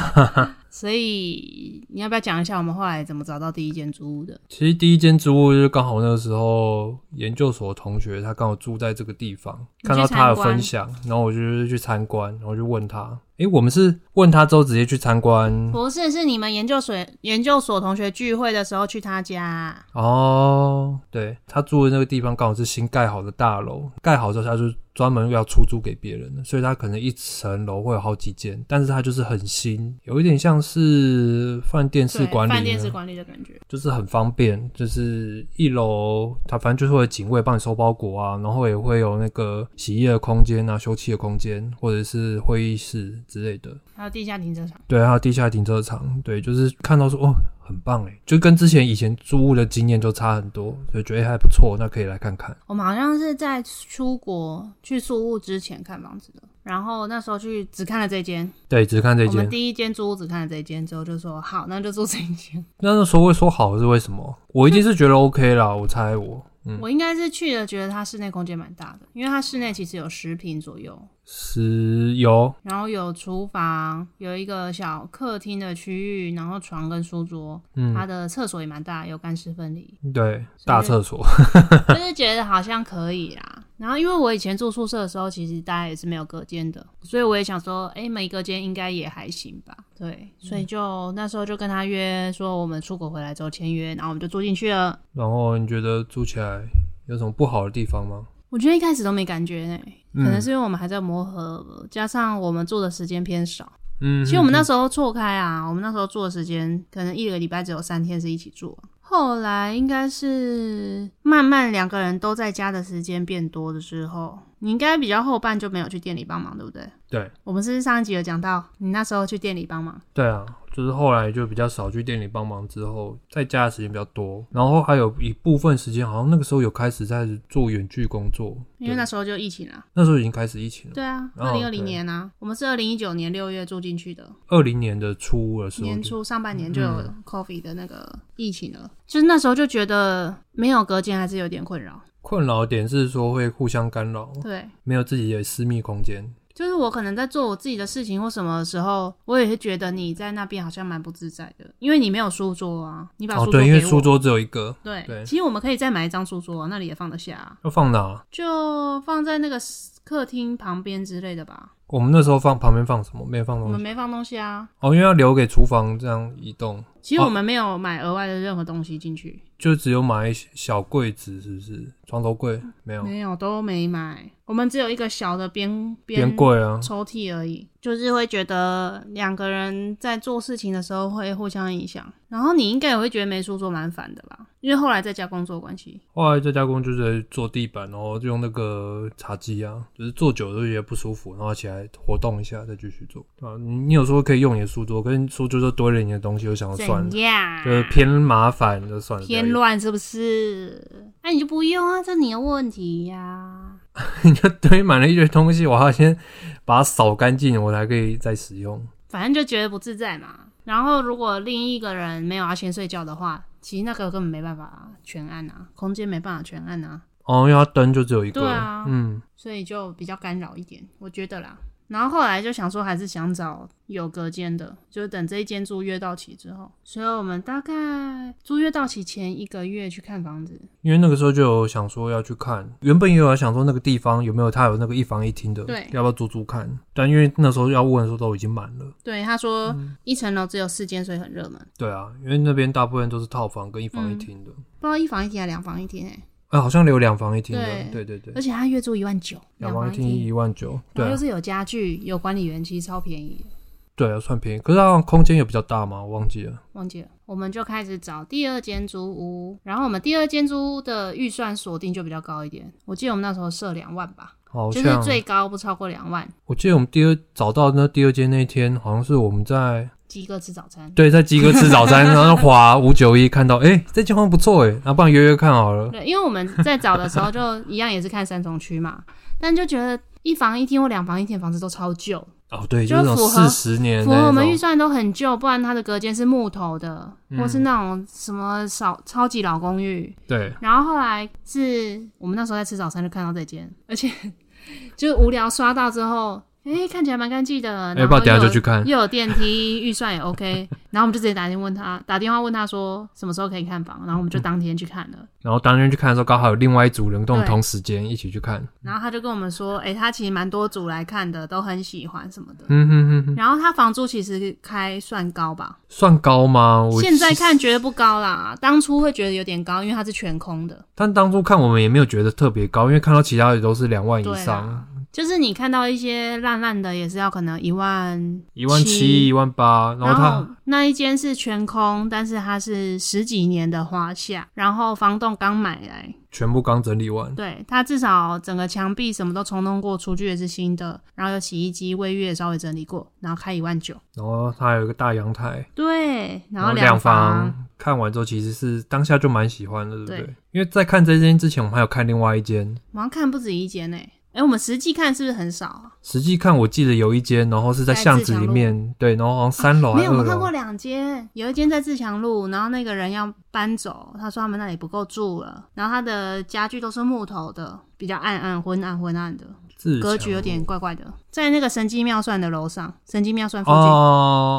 Speaker 2: 所以你要不要讲一下我们后来怎么找到第一间租屋的？
Speaker 1: 其实第一间租屋就是刚好那个时候研究所同学他刚好住在这个地方，
Speaker 2: 你去
Speaker 1: 看到他
Speaker 2: 参
Speaker 1: 的
Speaker 2: 观
Speaker 1: 分享，然后我就是去参观，然后就问他，诶，我们是问他之后直接去参观
Speaker 2: 不是，是你们研究所研究所同学聚会的时候去他家，
Speaker 1: 哦，对他住的那个地方刚好是新盖好的大楼，盖好之后他就专门要出租给别人的，所以他可能一层楼会有好几间，但是他就是很新，有一点像是饭店式
Speaker 2: 对
Speaker 1: 管理
Speaker 2: 饭店
Speaker 1: 呢
Speaker 2: 式管理的感觉。
Speaker 1: 就是很方便，就是一楼它反正就是会有警卫帮你收包裹啊，然后也会有那个洗衣的空间啊、休憩的空间，或者是会议室之类的。
Speaker 2: 还有地下停车场，
Speaker 1: 对，还有地下停车场，对，就是看到说哦，很棒诶，就跟之前以前租屋的经验就差很多，所以觉得还不错，那可以来看看。
Speaker 2: 我们好像是在出国去宿务之前看房子的，然后那时候去只看了这间，
Speaker 1: 对，只看这
Speaker 2: 我们
Speaker 1: 间。
Speaker 2: 第一间租屋只看了这间，之后就说好，那就住这一
Speaker 1: [LAUGHS]
Speaker 2: 间。
Speaker 1: 那那时候会说好是为什么？我一定是觉得 OK 啦，我猜我，嗯，
Speaker 2: 我应该是去了，觉得它室内空间蛮大的，因为它室内其实有十平左右，
Speaker 1: 石油，
Speaker 2: 然后有厨房，有一个小客厅的区域，然后床跟书桌，它
Speaker 1: 嗯，
Speaker 2: 的厕所也蛮大，有干湿分离，
Speaker 1: 对，大厕所， [LAUGHS]
Speaker 2: 就是觉得好像可以啦。然后因为我以前住宿舍的时候，其实大家也是没有隔间的，所以我也想说，哎、没隔间应该也还行吧。对，所以就那时候就跟他约说，我们出国回来之后签约，然后我们就住进去了。
Speaker 1: 然后你觉得住起来有什么不好的地方吗？
Speaker 2: 我觉得一开始都没感觉呢、
Speaker 1: 嗯
Speaker 2: 可能是因为我们还在磨合，加上我们住的时间偏少。
Speaker 1: 嗯，
Speaker 2: 其实我们那时候错开啊，我们那时候住的时间可能一个礼拜只有三天是一起住啊、后来应该是慢慢两个人都在家的时间变多的时候，你应该比较后半就没有去店里帮忙，对不对？
Speaker 1: 对，
Speaker 2: 我们是不是上一集有讲到你那时候去店里帮忙，
Speaker 1: 对啊，就是后来就比较少去店里帮忙，之后在家的时间比较多，然后还有一部分时间，好像那个时候有开始在做远距工作，
Speaker 2: 因为
Speaker 1: 对
Speaker 2: 那时候就疫情啊。
Speaker 1: 那时候已经开始疫情了，
Speaker 2: 对啊，
Speaker 1: 哦
Speaker 2: 二零二零
Speaker 1: 对
Speaker 2: 年啊，我们是二零一九年六月住进去的，
Speaker 1: 二零年的初的时候就，
Speaker 2: 年初上半
Speaker 1: 嗯
Speaker 2: 年就有 COVID 的那个疫情了，就是那时候就觉得没有隔间还是有点困扰。
Speaker 1: 困扰点是说会互相干扰，
Speaker 2: 对，
Speaker 1: 没有自己的私密空间，
Speaker 2: 就是我可能在做我自己的事情或什么的时候，我也是觉得你在那边好像蛮不自在的，因为你没有书桌啊，你把
Speaker 1: 哦
Speaker 2: 书桌给我。
Speaker 1: 对，因为书桌只有一个，
Speaker 2: 对
Speaker 1: 对
Speaker 2: 其实我们可以再买一张书桌、啊，那里也放得下、啊，
Speaker 1: 要放哪？
Speaker 2: 就放在那个客厅旁边之类的吧。
Speaker 1: 我们那时候放旁边放什么？没有放
Speaker 2: 我
Speaker 1: 东
Speaker 2: 们
Speaker 1: 西
Speaker 2: 没放东西啊，
Speaker 1: 哦，因为要留给厨房这样移动，
Speaker 2: 其实
Speaker 1: 哦
Speaker 2: 我们没有买额外的任何东西进去，
Speaker 1: 就只有买一些小柜子，是不是？床头柜没有，
Speaker 2: 嗯没有都没买，我们只有一个小的边
Speaker 1: 边柜啊，
Speaker 2: 抽屉而已，就是会觉得两个人在做事情的时候会互相影响。然后你应该也会觉得没书桌蛮烦的吧？因为后来在家工作关系，
Speaker 1: 后来在家工就是做地板，然后就用那个茶几啊，就是坐久了就觉得不舒服，然后起来活动一下再继续做。啊，你你有时候可以用你的书桌，跟书桌就堆了你
Speaker 2: 哦
Speaker 1: 的东西，我想要算了
Speaker 2: 怎，样？
Speaker 1: 就是偏麻烦就算了，
Speaker 2: 啊偏
Speaker 1: 不要用。
Speaker 2: 乱是不是？哎、那你就不用啊，这你的问题呀、
Speaker 1: [LAUGHS] 你就堆满了一堆东西，我还要先把它扫干净，我才可以再使用。
Speaker 2: 反正就觉得不自在嘛。然后如果另一个人没有要先睡觉的话，其实那个根本没办法全按啊，空间没办法全按啊，
Speaker 1: 哦，因为它灯就只有一个，
Speaker 2: 对啊
Speaker 1: 嗯，
Speaker 2: 所以就比较干扰一点，我觉得啦。然后后来就想说，还是想找有隔间的，就是等这一间租约到期之后，所以我们大概租约到期前一个月去看房子。
Speaker 1: 因为那个时候就有想说要去看，原本也有想说那个地方有没有它有那个一房一厅的，
Speaker 2: 对
Speaker 1: 要不要租租看？但因为那时候要问的时候都已经满了，
Speaker 2: 对，他说
Speaker 1: 嗯
Speaker 2: 一层楼只有四间，所以很热门。
Speaker 1: 对啊，因为那边大部分都是套房跟一房一厅的，
Speaker 2: 不知道一房一厅还是两房一厅哎、
Speaker 1: 哎、好像留两房一厅的，
Speaker 2: 对
Speaker 1: 对对对
Speaker 2: 而，且他月租一万九，
Speaker 1: 两
Speaker 2: 房
Speaker 1: 房一厅一万九，对
Speaker 2: 然后
Speaker 1: 啊
Speaker 2: 又是有家具、有管理员，其实超便宜的。
Speaker 1: 对啊，算便宜，可是好像空间也比较大嘛，我忘记了，
Speaker 2: 忘记了，我们就开始找第二间租屋，然后我们第二间租屋的预算锁定就比较高一点，我记得我们那时候设两万吧，
Speaker 1: 好
Speaker 2: 就
Speaker 1: 像
Speaker 2: 是最高不超过两万，
Speaker 1: 我记得我们第二找到那第二间那一天，好像是我们在
Speaker 2: 鸡哥吃早餐。
Speaker 1: 对在鸡哥吃早餐，然后滑五九一看到，哎、这间好像不错哎、那不然约约看好了，
Speaker 2: 对，因为我们在找的时候就
Speaker 1: [LAUGHS]
Speaker 2: 一样也是看三重区嘛，但就觉得一房一厅或两房一厅的房子都超旧，
Speaker 1: 哦对，
Speaker 2: 就
Speaker 1: 就是那种
Speaker 2: 符合
Speaker 1: 四十年
Speaker 2: 符
Speaker 1: 那
Speaker 2: 合我
Speaker 1: 种
Speaker 2: 们预算都很旧，不然它的隔间是木头的，或是
Speaker 1: 嗯
Speaker 2: 那种什么少超级老公寓，
Speaker 1: 对。
Speaker 2: 然后后来是我们那时候在吃早餐就看到这间，而且 [LAUGHS] 就是无聊刷到之后，哎、看起来蛮干净的，
Speaker 1: 要
Speaker 2: 然
Speaker 1: 哎不
Speaker 2: 后
Speaker 1: 要等一下
Speaker 2: 又
Speaker 1: 就
Speaker 2: 有
Speaker 1: 去 [LAUGHS] 看？
Speaker 2: 又有电梯，预算也 OK，然后我们就直接打电问他，打电话问他说什么时候可以看房，然后我们就当天去看了，
Speaker 1: 然后当天去看的时候，刚好有另外一组人跟我们
Speaker 2: 对
Speaker 1: 同时间一起去看。
Speaker 2: 然后他就跟我们说，哎、他其实蛮多组来看的，都很喜欢什么的。
Speaker 1: 嗯哼哼哼，
Speaker 2: 然后他房租其实开算高吧，
Speaker 1: 算高吗？哦我
Speaker 2: 现在，看觉得不高啦，当初会觉得有点高，因为它是全空的。
Speaker 1: 但当初看我们也没有觉得特别高，因为看到其他的都是两万以
Speaker 2: 对啊啦
Speaker 1: 上，，
Speaker 2: 就是你看到一些烂烂的，也是要可能一万
Speaker 1: 一万七、一万八，然
Speaker 2: 然
Speaker 1: 后
Speaker 2: 后
Speaker 1: 他
Speaker 2: 那一间是全空，但是它是十几年的花夏，然后房东刚买来，
Speaker 1: 全部刚整理完，
Speaker 2: 对它至少整个墙壁什么都重弄过，厨具也是新的，然后有洗衣机、卫浴也稍微整理过，然后开一万九，
Speaker 1: 然后他还有一个大阳台，
Speaker 2: 对，然后
Speaker 1: 两
Speaker 2: 房，
Speaker 1: 看完之后，其实是当下就蛮喜欢的，对不对？
Speaker 2: 对
Speaker 1: 因为在看这间之前，我们还有看另外一间，
Speaker 2: 我好像看不止一间呢、欸，哎、我们实际看是不是很少啊？
Speaker 1: 实际看我记得有一间，然后是在
Speaker 2: 在
Speaker 1: 巷
Speaker 2: 自
Speaker 1: 子
Speaker 2: 强
Speaker 1: 里
Speaker 2: 路啊
Speaker 1: 面，对，然后好像三楼还
Speaker 2: 没
Speaker 1: 是
Speaker 2: 哦有，我
Speaker 1: 二
Speaker 2: 们看
Speaker 1: 楼
Speaker 2: 过，两间，有一间在自强路，然后那个人要搬走，他说他们那里不够住了，然后他的家具都是木头的，比较暗暗昏暗昏暗的，
Speaker 1: 自
Speaker 2: 格
Speaker 1: 强
Speaker 2: 局有点
Speaker 1: 路
Speaker 2: 怪怪的，在那个神机妙算的楼上，神机妙算附
Speaker 1: 哦
Speaker 2: 近、
Speaker 1: 哦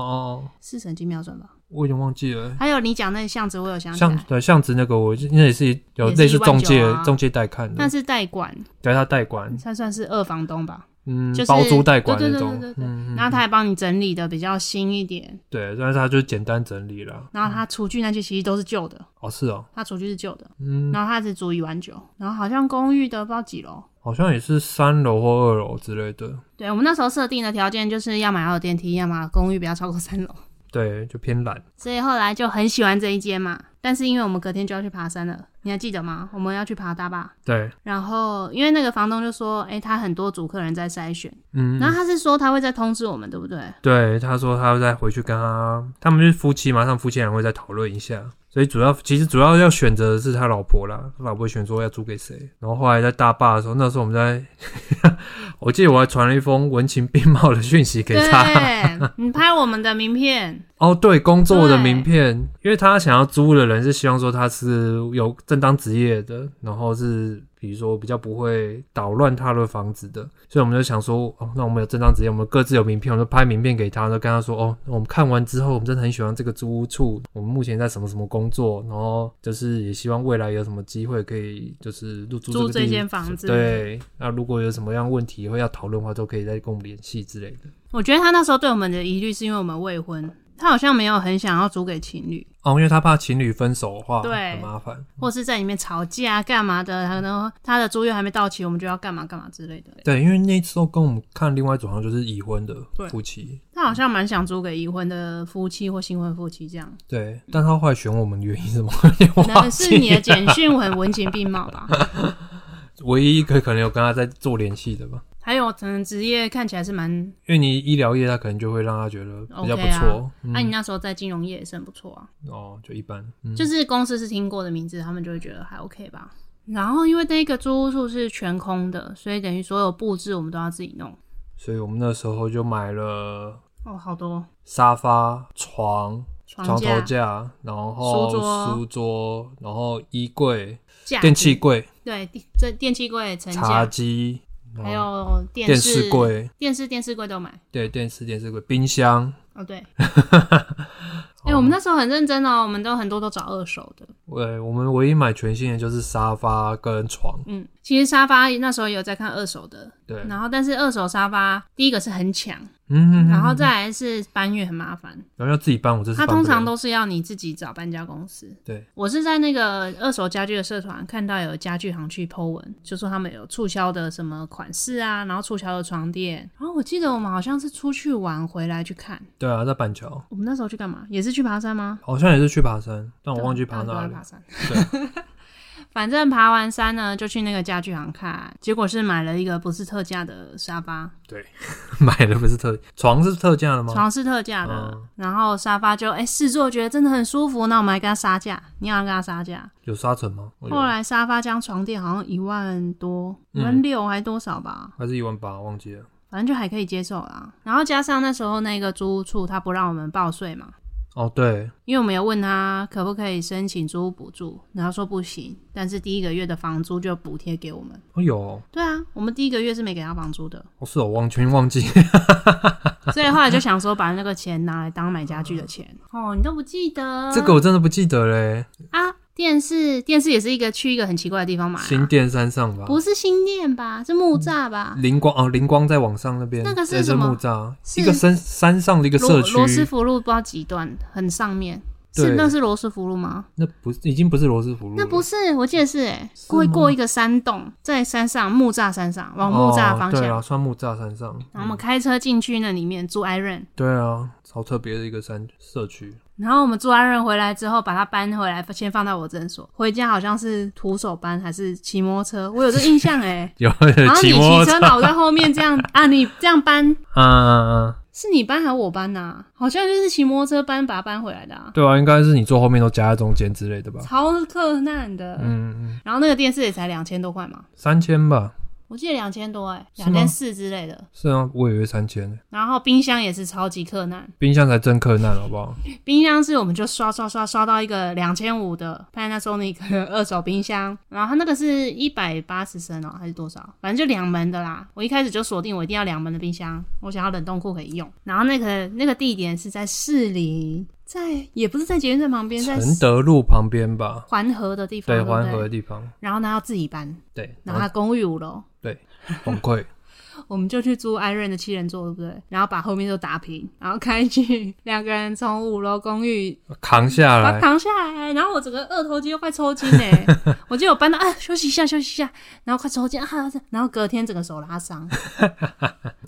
Speaker 1: 哦，
Speaker 2: 是神机妙算吧？
Speaker 1: 我已经忘记了。
Speaker 2: 还有你讲那个巷子，我有想起
Speaker 1: 像
Speaker 2: 来，
Speaker 1: 对巷子那个，我就那也是有
Speaker 2: 也是
Speaker 1: 类似中介
Speaker 2: 119啊
Speaker 1: 中介代看
Speaker 2: 那
Speaker 1: 的，
Speaker 2: 是代管，
Speaker 1: 对他代管，
Speaker 2: 他算是二房东吧，
Speaker 1: 嗯，
Speaker 2: 就是
Speaker 1: 包租代管
Speaker 2: 对
Speaker 1: 那
Speaker 2: 对对
Speaker 1: 种
Speaker 2: 对对，对
Speaker 1: 嗯，
Speaker 2: 然后
Speaker 1: 嗯
Speaker 2: 他还帮你整理的比较新一点，
Speaker 1: 对，但是他就简单整理了。
Speaker 2: 然后他厨具那些其实都是旧的，
Speaker 1: 哦，是哦，
Speaker 2: 他厨具是旧的，
Speaker 1: 嗯，
Speaker 2: 然后他只租一万九，然后好像公寓的不知道几楼。
Speaker 1: 好像也是三楼或二楼之类的，
Speaker 2: 对我们那时候设定的条件就是要么要有电梯，要么公寓不要超过三楼。 [LAUGHS]
Speaker 1: 对，就偏懒。
Speaker 2: 所以后来就很喜欢这一间嘛。但是因为我们隔天就要去爬山了，你还记得吗？我们要去爬大坝。
Speaker 1: 对，
Speaker 2: 然后因为那个房东就说，诶、他很多组客人在筛选，
Speaker 1: 嗯，
Speaker 2: 然后他是说他会再通知我们，对不对？
Speaker 1: 对，他说他要再回去跟他，他们是夫妻嘛，他们夫妻俩会再讨论一下。所以主要其实主要要选择的是他老婆啦，他老婆选说要租给谁。然后后来在大坝的时候，那时候我们在， [LAUGHS] 我记得我还传了一封文情并茂的讯息给他。
Speaker 2: 对，你拍我们的名片，
Speaker 1: 哦，对，工作的
Speaker 2: 对
Speaker 1: 名片，因为他想要租的人是希望说他是有正当职业的，然后是比如说比较不会捣乱他的房子的，所以我们就想说，哦，那我们有正当职业，我们各自有名片，我们就拍名片给他，就跟他说，哦，我们看完之后，我们真的很喜欢这个租屋处，我们目前在什么什么工作，然后就是也希望未来有什么机会可以就是入住
Speaker 2: 租
Speaker 1: 这个
Speaker 2: 这
Speaker 1: 地
Speaker 2: 间。房子。，
Speaker 1: 对，那如果有什么样问题或要讨论的话，都可以再跟我们联系之类的。
Speaker 2: 我觉得他那时候对我们的疑虑是因为我们未婚，他好像没有很想要租给情侣，
Speaker 1: 哦，因为他怕情侣分手的话，
Speaker 2: 对
Speaker 1: 很麻烦。
Speaker 2: 或是在里面吵架干嘛的，可能他的租约还没到期，我们就要干嘛干嘛之类的。
Speaker 1: 对，因为那时候跟我们看另外一组好像就是已婚的
Speaker 2: 对
Speaker 1: 夫妻，
Speaker 2: 他好像蛮想租给已婚的夫妻或新婚夫妻这
Speaker 1: [LAUGHS]
Speaker 2: 样。
Speaker 1: 对，但他后来选我们的原因是什么？ [LAUGHS] 我
Speaker 2: 可能
Speaker 1: 忘
Speaker 2: 是你
Speaker 1: 记
Speaker 2: 的
Speaker 1: 了。
Speaker 2: 简讯很文情并茂吧，
Speaker 1: 唯一一个可能有跟他在做联系的吧，
Speaker 2: [LAUGHS] 还有可能职业看起来是蛮……
Speaker 1: 因为你医疗业，他可能就会让他觉得比较不
Speaker 2: OK 啊
Speaker 1: 错。嗯
Speaker 2: 那、你那时候在金融业也是很不错啊，
Speaker 1: 哦，就一般。嗯，
Speaker 2: 就是公司是听过的名字，他们就会觉得还 OK 吧。然后因为那个租屋处是全空的，所以等于所有布置我们都要自己弄。
Speaker 1: 所以我们那时候就买了
Speaker 2: 哦，好多
Speaker 1: 沙发、床、
Speaker 2: 床
Speaker 1: 床
Speaker 2: 架
Speaker 1: 头、架，然后
Speaker 2: 书桌
Speaker 1: 书桌，然后衣柜、
Speaker 2: 架
Speaker 1: 电器柜、
Speaker 2: 对，电这电器柜、层
Speaker 1: 茶
Speaker 2: 架，
Speaker 1: 几，然后
Speaker 2: 还有电
Speaker 1: 电
Speaker 2: 视
Speaker 1: 视、柜，
Speaker 2: 电视、电视柜都买。
Speaker 1: 对，电视、电视柜、冰箱。 [LAUGHS]
Speaker 2: 哦，对。哎、我们那时候很认真哦，我们都很多都找二手的。
Speaker 1: 对，我们唯一买全新的就是沙发跟床。
Speaker 2: 嗯，其实沙发那时候也有在看二手的，
Speaker 1: 对，
Speaker 2: 然后但是二手沙发第一个是很抢，
Speaker 1: 嗯，
Speaker 2: 然后再来是搬运很麻烦，
Speaker 1: 然后要自己搬，我这次
Speaker 2: 它
Speaker 1: 搬不
Speaker 2: 通
Speaker 1: 了
Speaker 2: 常都是要你自己找搬家公司。
Speaker 1: 对，
Speaker 2: 我是在那个二手家具的社团看到有家具行去 Po 文，就说他们有促销的什么款式啊，然后促销的床垫。然后我记得我们好像是出去玩回来去看，
Speaker 1: 对啊，在板桥
Speaker 2: 我们那时候去干嘛？也是去爬山吗？
Speaker 1: 好像也是去爬山，但我
Speaker 2: 对
Speaker 1: 哦
Speaker 2: 啊
Speaker 1: 忘记
Speaker 2: 大
Speaker 1: 爬
Speaker 2: 家都
Speaker 1: 哪
Speaker 2: 在
Speaker 1: 里。
Speaker 2: 爬山。 [LAUGHS] 反正爬完山呢，就去那个家具行看，结果是买了一个不是特价的沙发，
Speaker 1: 对， [LAUGHS] 买的不是特床是特价的吗？
Speaker 2: 床是特价的，
Speaker 1: 嗯
Speaker 2: 然后沙发就哎试坐觉得真的很舒服，那我们还跟他杀价，你要跟他杀价。
Speaker 1: 有沙尘吗？哎我有
Speaker 2: 后来沙发加床垫好像一万多，一
Speaker 1: 嗯
Speaker 2: 万六还多少吧，
Speaker 1: 还是一万八，忘记了。
Speaker 2: 反正就还可以接受啦。然后加上那时候那个租屋处他不让我们报税嘛，
Speaker 1: 哦，对，
Speaker 2: 因为我们有问他可不可以申请租屋补助，然后说不行，但是第一个月的房租就补贴给我们。
Speaker 1: 哦有哦，
Speaker 2: 对啊，我们第一个月是没给他房租的，
Speaker 1: 哦是哦，完全忘记。
Speaker 2: 嗯所以后来就想说把那个钱拿来当买家具的钱。哦，你都不记得
Speaker 1: [LAUGHS] 这个我真的不记得嘞，
Speaker 2: 啊？电视电视也是一个去一个很奇怪的地方买啊、
Speaker 1: 新店山上吧，
Speaker 2: 不是新店吧？是木栅吧？
Speaker 1: 灵光哦，灵光在网上那边，
Speaker 2: 那个是
Speaker 1: 也
Speaker 2: 什么
Speaker 1: 木栅，
Speaker 2: 是
Speaker 1: 一个山山上的一个
Speaker 2: 罗
Speaker 1: 社区，
Speaker 2: 罗斯福路不知道几段，很上面。是
Speaker 1: 对
Speaker 2: 那是罗斯福路吗？
Speaker 1: 那不是已经不是罗斯福路了，
Speaker 2: 那不是，我记得是哎、
Speaker 1: 是
Speaker 2: 过
Speaker 1: 吗
Speaker 2: 过一个山洞，在山上木栅山上，往木栅的方
Speaker 1: 哦、
Speaker 2: 向。
Speaker 1: 对啊，算木栅山上，
Speaker 2: 然后我们开车进去那里面住艾润，
Speaker 1: 对啊，超特别的一个山社区，
Speaker 2: 然后我们住艾润回来之后，把它搬回来，先放到我诊所。回家好像是徒手搬还是骑摩托车，我有这印象哎、
Speaker 1: [LAUGHS] 有
Speaker 2: 然后你
Speaker 1: 骑
Speaker 2: 骑
Speaker 1: 摩托
Speaker 2: 车
Speaker 1: 车，
Speaker 2: 嘛，我在后面这样啊，你这样搬
Speaker 1: 嗯嗯嗯，
Speaker 2: 是你搬还是我搬呐、好像就是骑摩托车搬把它搬回来的、啊，
Speaker 1: 对啊，应该是你坐后面都夹在中间之类的吧，
Speaker 2: 超困难的。
Speaker 1: 嗯，嗯，
Speaker 2: 然后那个电视也才两千多块嘛，
Speaker 1: 三千吧，
Speaker 2: 我记得两千多哎、
Speaker 1: 是
Speaker 2: 两
Speaker 1: 吗
Speaker 2: 千四之类的。
Speaker 1: 是啊，我以为三千，
Speaker 2: 然后冰箱也是超级困难，
Speaker 1: 冰箱才真克难，好不好？
Speaker 2: 冰箱是我们就刷刷刷刷到一个两千五的 Panasonic [LAUGHS] 的二手冰箱，然后它那个是一百八十升哦，还是多少？反正就两门的啦。我一开始就锁定我一定要两门的冰箱，我想要冷冻库可以用。然后那个那个地点是在士林，在也不是在捷运站旁边，在
Speaker 1: 承德路旁边吧，
Speaker 2: 环河的地方，
Speaker 1: 对，
Speaker 2: 对不对
Speaker 1: 环河的地方，
Speaker 2: 然后呢要自己搬，
Speaker 1: 对，
Speaker 2: 然后它公寓五楼，
Speaker 1: 崩溃，
Speaker 2: 我们就去租艾瑞的七人座，对不对？然后把后面都打平，然后开去， [LAUGHS] 两个人从五楼公寓
Speaker 1: 扛下
Speaker 2: 把它
Speaker 1: 来，
Speaker 2: 扛下来，然后我整个二头肌都快抽筋
Speaker 1: [LAUGHS]
Speaker 2: 呢。我就有搬到啊，休息一下，休息一下，然后快抽筋啊，然后隔天整个手拉
Speaker 1: [LAUGHS]
Speaker 2: 伤。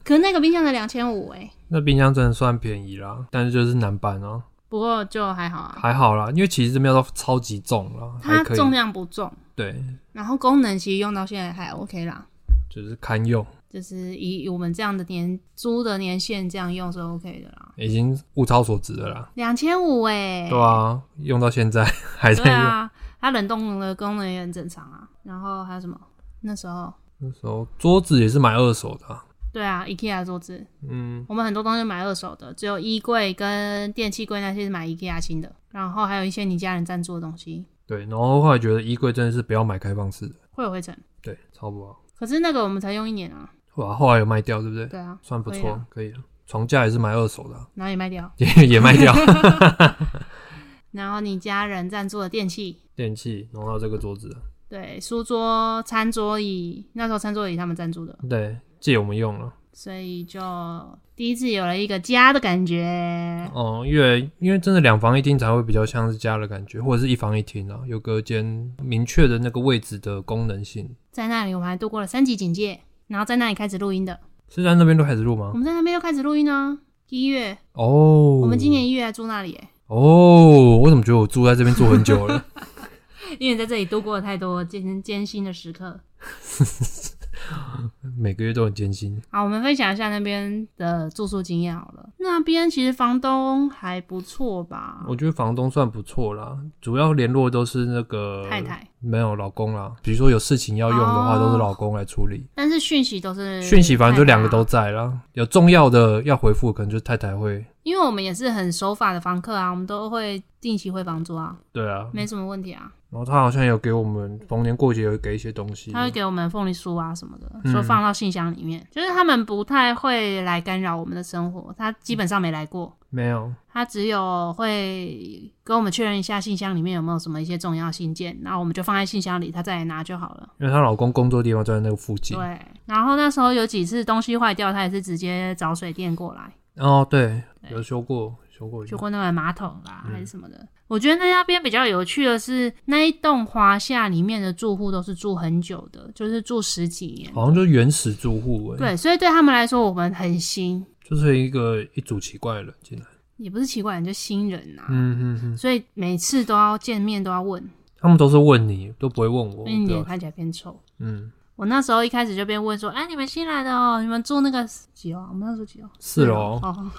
Speaker 2: 可那个冰箱才两千五哎，
Speaker 1: 那冰箱真的算便宜啦，但是就是难搬哦、
Speaker 2: 不过就还好啊，
Speaker 1: 还好啦，因为其实这边都超级重啦，还
Speaker 2: 它
Speaker 1: 可以，
Speaker 2: 重量不重，
Speaker 1: 对，
Speaker 2: 然后功能其实用到现在还 OK 啦，
Speaker 1: 就是堪用，
Speaker 2: 就是以我们这样的年租的年限这样用是 OK 的啦。
Speaker 1: 已经物超所值了啦。
Speaker 2: 两千五哎，
Speaker 1: 对啊，用到现在还在
Speaker 2: 对
Speaker 1: 用。
Speaker 2: 啊，它冷冻的功能也很正常啊。然后还有什么？那时候
Speaker 1: 那时候桌子也是买二手的啊、
Speaker 2: 对啊，IKEA 桌子，
Speaker 1: 嗯，
Speaker 2: 我们很多东西买二手的，只有衣柜跟电器柜那些是买 IKEA 新的，然后还有一些你家人赞助的东西
Speaker 1: 对。然后后来觉得衣柜真的是不要买开放式的，
Speaker 2: 会有灰尘。
Speaker 1: 对，超不好。
Speaker 2: 可是那个我们才用一年啊，
Speaker 1: 后来后来有卖掉，对不对？
Speaker 2: 对啊，
Speaker 1: 算不
Speaker 2: 可以
Speaker 1: 错
Speaker 2: 啊，
Speaker 1: 可以了。床架也是买二手的啊、
Speaker 2: 然后也卖掉。
Speaker 1: 也也 [LAUGHS] 卖掉。
Speaker 2: 然后你家人赞助的 [LAUGHS] 电器，
Speaker 1: 电器，然后还有这个桌子啊，
Speaker 2: 对，书桌、餐桌椅，那时候餐桌椅他们赞助的，
Speaker 1: 对，借我们用了。
Speaker 2: 所以就第一次有了一个家的感觉。
Speaker 1: 哦、因为因为真的两房一厅才会比较像是家的感觉，或者是一房一厅啊，有隔间明确的那个位置的功能性。
Speaker 2: 在那里我们还度过了三级警戒，然后在那里开始录音的。
Speaker 1: 是在那边都开始录吗
Speaker 2: 我？们在那边就开始录音啊，一月，
Speaker 1: 哦，
Speaker 2: 我们今年一月还住那里、耶。
Speaker 1: 哦，我怎么觉得我住在这边住很久了？
Speaker 2: 因为在这里度过了太多艰艰辛的时刻。
Speaker 1: [LAUGHS] 每个月都很艰辛。
Speaker 2: 好，我们分享一下那边的住宿经验好了。那那边其实房东还不错吧？
Speaker 1: 我觉得房东算不错啦，主要联络都是那个
Speaker 2: 太，太，
Speaker 1: 没有老公啦。比如说有事情要用的话，
Speaker 2: 哦
Speaker 1: 都是老公来处理。
Speaker 2: 但是讯息都是
Speaker 1: 讯息反正就两个
Speaker 2: 太太啊
Speaker 1: 都在啦，有重要的要回复，可能就是太太会。
Speaker 2: 因为我们也是很守法的房客啊，我们都会定期回房租啊，
Speaker 1: 对啊，
Speaker 2: 没什么问题啊。
Speaker 1: 然后他好像有给我们逢年过节有给一些东西，
Speaker 2: 他会给我们凤梨酥啊什么的，
Speaker 1: 嗯
Speaker 2: 说放到信箱里面，就是他们不太会来干扰我们的生活，他基本上没来过，
Speaker 1: 没有，
Speaker 2: 他只有会跟我们确认一下信箱里面有没有什么一些重要信件，然后我们就放在信箱里，他再来拿就好了。
Speaker 1: 因为她老公工作地方就在那个附近。
Speaker 2: 对，然后那时候有几次东西坏掉，他也是直接找水电过来，
Speaker 1: 哦，对，
Speaker 2: 对
Speaker 1: 有修过，修过一
Speaker 2: 去
Speaker 1: 下。
Speaker 2: 过那个马桶啦、
Speaker 1: 嗯
Speaker 2: 还是什么的。我觉得那那边比较有趣的是，那一栋华夏里面的住户都是住很久的，就是住十几年。
Speaker 1: 好像就是原始住户、欸，，
Speaker 2: 对，所以对他们来说，我们很新，
Speaker 1: 就是一个一组奇怪的人进来，
Speaker 2: 也不是奇怪人，就新人呐、啊
Speaker 1: 嗯嗯嗯，
Speaker 2: 所以每次都要见面都要问，
Speaker 1: 他们都是问你，都不会问我，
Speaker 2: 因为你
Speaker 1: 哦对啊
Speaker 2: 脸
Speaker 1: 吧？
Speaker 2: 看起来偏丑。
Speaker 1: 嗯，
Speaker 2: 我那时候一开始就被问说：“哎，你们新来的哦，你们住那个几楼啊？我们那时候几楼？
Speaker 1: 四楼，
Speaker 2: 哦，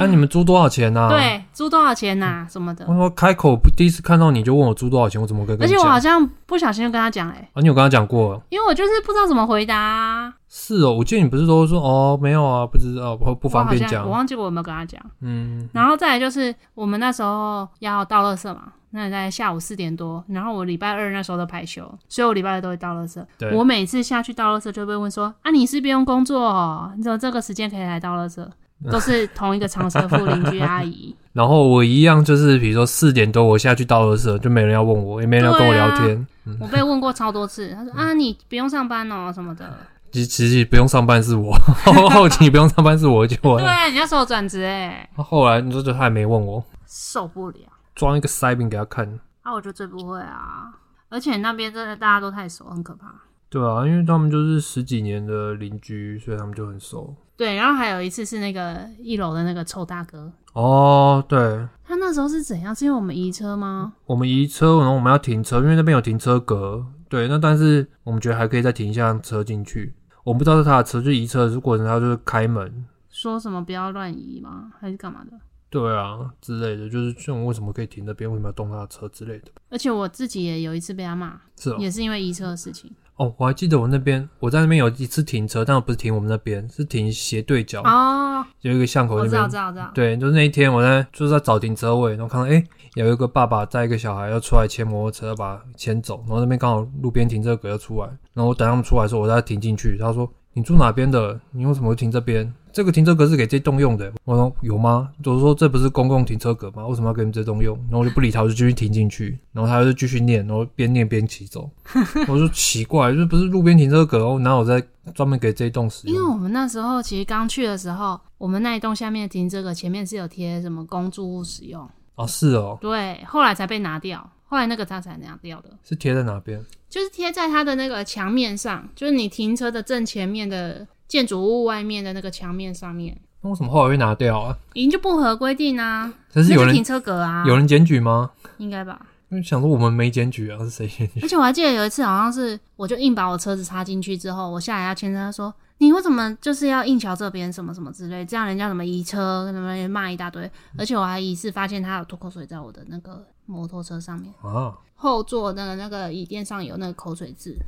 Speaker 1: 哎、你们租多少钱啊？，嗯
Speaker 2: 对，租多少钱呐、什么的
Speaker 1: 我。说开口不第一次看到你就问我租多少钱，我怎么跟
Speaker 2: 而
Speaker 1: 跟你
Speaker 2: 且
Speaker 1: 讲？
Speaker 2: 我好像不小心就跟他讲，哎，
Speaker 1: 啊，你有跟他讲过？
Speaker 2: 因为我就是不知道怎么回答啊、
Speaker 1: 是哦，我记得你不是都说哦没有啊，不知道不不
Speaker 2: 我
Speaker 1: 方
Speaker 2: 好
Speaker 1: 便
Speaker 2: 像
Speaker 1: 讲
Speaker 2: 我，忘记我有没有跟他讲。
Speaker 1: 嗯，
Speaker 2: 然后再来就是我们那时候要到垃圾嘛，那在下午四点多，然后我礼拜二那时候都排休，所以我礼拜二都会到垃圾。
Speaker 1: 对，
Speaker 2: 我每次下去倒垃圾就被问说：“啊，你是不用工作哦，你怎么这个时间可以来倒垃圾？”都是同一个长舌妇邻居阿姨。
Speaker 1: 然后我一样就是比如说四点多我下去到的时候，就没人要问我，也没人要跟我聊天，
Speaker 2: 我被问过超多次，她说：“啊，你不用上班哦，什么的。
Speaker 1: 其实其实不用上班是我， [LAUGHS] 后期不用上班是我就”完
Speaker 2: 对
Speaker 1: 了。
Speaker 2: 啊，你那时候转职哎，
Speaker 1: 后来你说这他也没问我，
Speaker 2: 受不了。
Speaker 1: 装一个塞饼给他看。
Speaker 2: 啊，我就最不会啊，而且那边真的大家都太熟，很可怕。
Speaker 1: 对啊，因为他们就是十几年的邻居，所以他们就很熟。
Speaker 2: 对，然后还有一次是那个一楼的那个臭大哥，
Speaker 1: 哦，对，
Speaker 2: 他那时候是怎样？是因为我们移车吗？
Speaker 1: 我们移车，然后我们要停车，因为那边有停车格。对，那但是我们觉得还可以再停一下车进去。我们不知道是他的车，就移车的过程他就是开门，
Speaker 2: 说什么不要乱移吗？还是干嘛的？
Speaker 1: 对啊之类的，就是这种为什么可以停那边，为什么要动他的车之类的。
Speaker 2: 而且我自己也有一次被他骂，
Speaker 1: 是哦，
Speaker 2: 也是因为移车的事情。
Speaker 1: 哦，我还记得我那边我在那边有一次停车，但我不是停我们那边，是停斜对角，
Speaker 2: 哦，
Speaker 1: 有一个巷口
Speaker 2: 我
Speaker 1: 那
Speaker 2: 知道，
Speaker 1: 边
Speaker 2: 知道，知道。
Speaker 1: 对，就是那一天我在就是在找停车位，然后看到哎、诶有一个爸爸带一个小孩要出来牵摩托车，要把他牵走，然后那边刚好路边停车格要出来，然后我等他们出来的时候，我再停进去。他说你住哪边的？你为什么会停这边？这个停车格是给这栋用的。我说有吗？我说这不是公共停车格吗？为什么要给你们这栋用？然后我就不理他，我就继续停进去，然后他就继续念，然后边念边骑
Speaker 2: [LAUGHS]
Speaker 1: 走。我就奇怪，这不是路边停车格哦，哪有在专门给这一栋使
Speaker 2: 因为
Speaker 1: 用？
Speaker 2: 我们那时候其实刚去的时候，我们那一栋下面停这个，前面是有贴什么公住户使用，
Speaker 1: 哦，是哦，
Speaker 2: 对，后来才被拿掉，后来那个他才拿掉的，
Speaker 1: 是贴在哪边？
Speaker 2: 就是贴在他的那个墙面上，就是你停车的正前面的建筑物外面的那个墙面上面，
Speaker 1: 那为什么后来会拿掉啊？
Speaker 2: 已经就不合规定啊，
Speaker 1: 这是有
Speaker 2: 那
Speaker 1: 人
Speaker 2: 停车格啊，
Speaker 1: 有人检举吗？
Speaker 2: 应该吧？
Speaker 1: 因为想说我们没检举啊，是谁检举？
Speaker 2: 而且我还记得有一次，好像是我就硬把我车子插进去之后，我下来要签车，他说你为什么就是要硬瞧这边什么什么之类，这样人家怎么移车，什么骂一大堆。而且我还疑似发现他有吐口水在我的那个摩托车上面，
Speaker 1: 啊，
Speaker 2: 后座那个那个椅垫上有那个口水渍，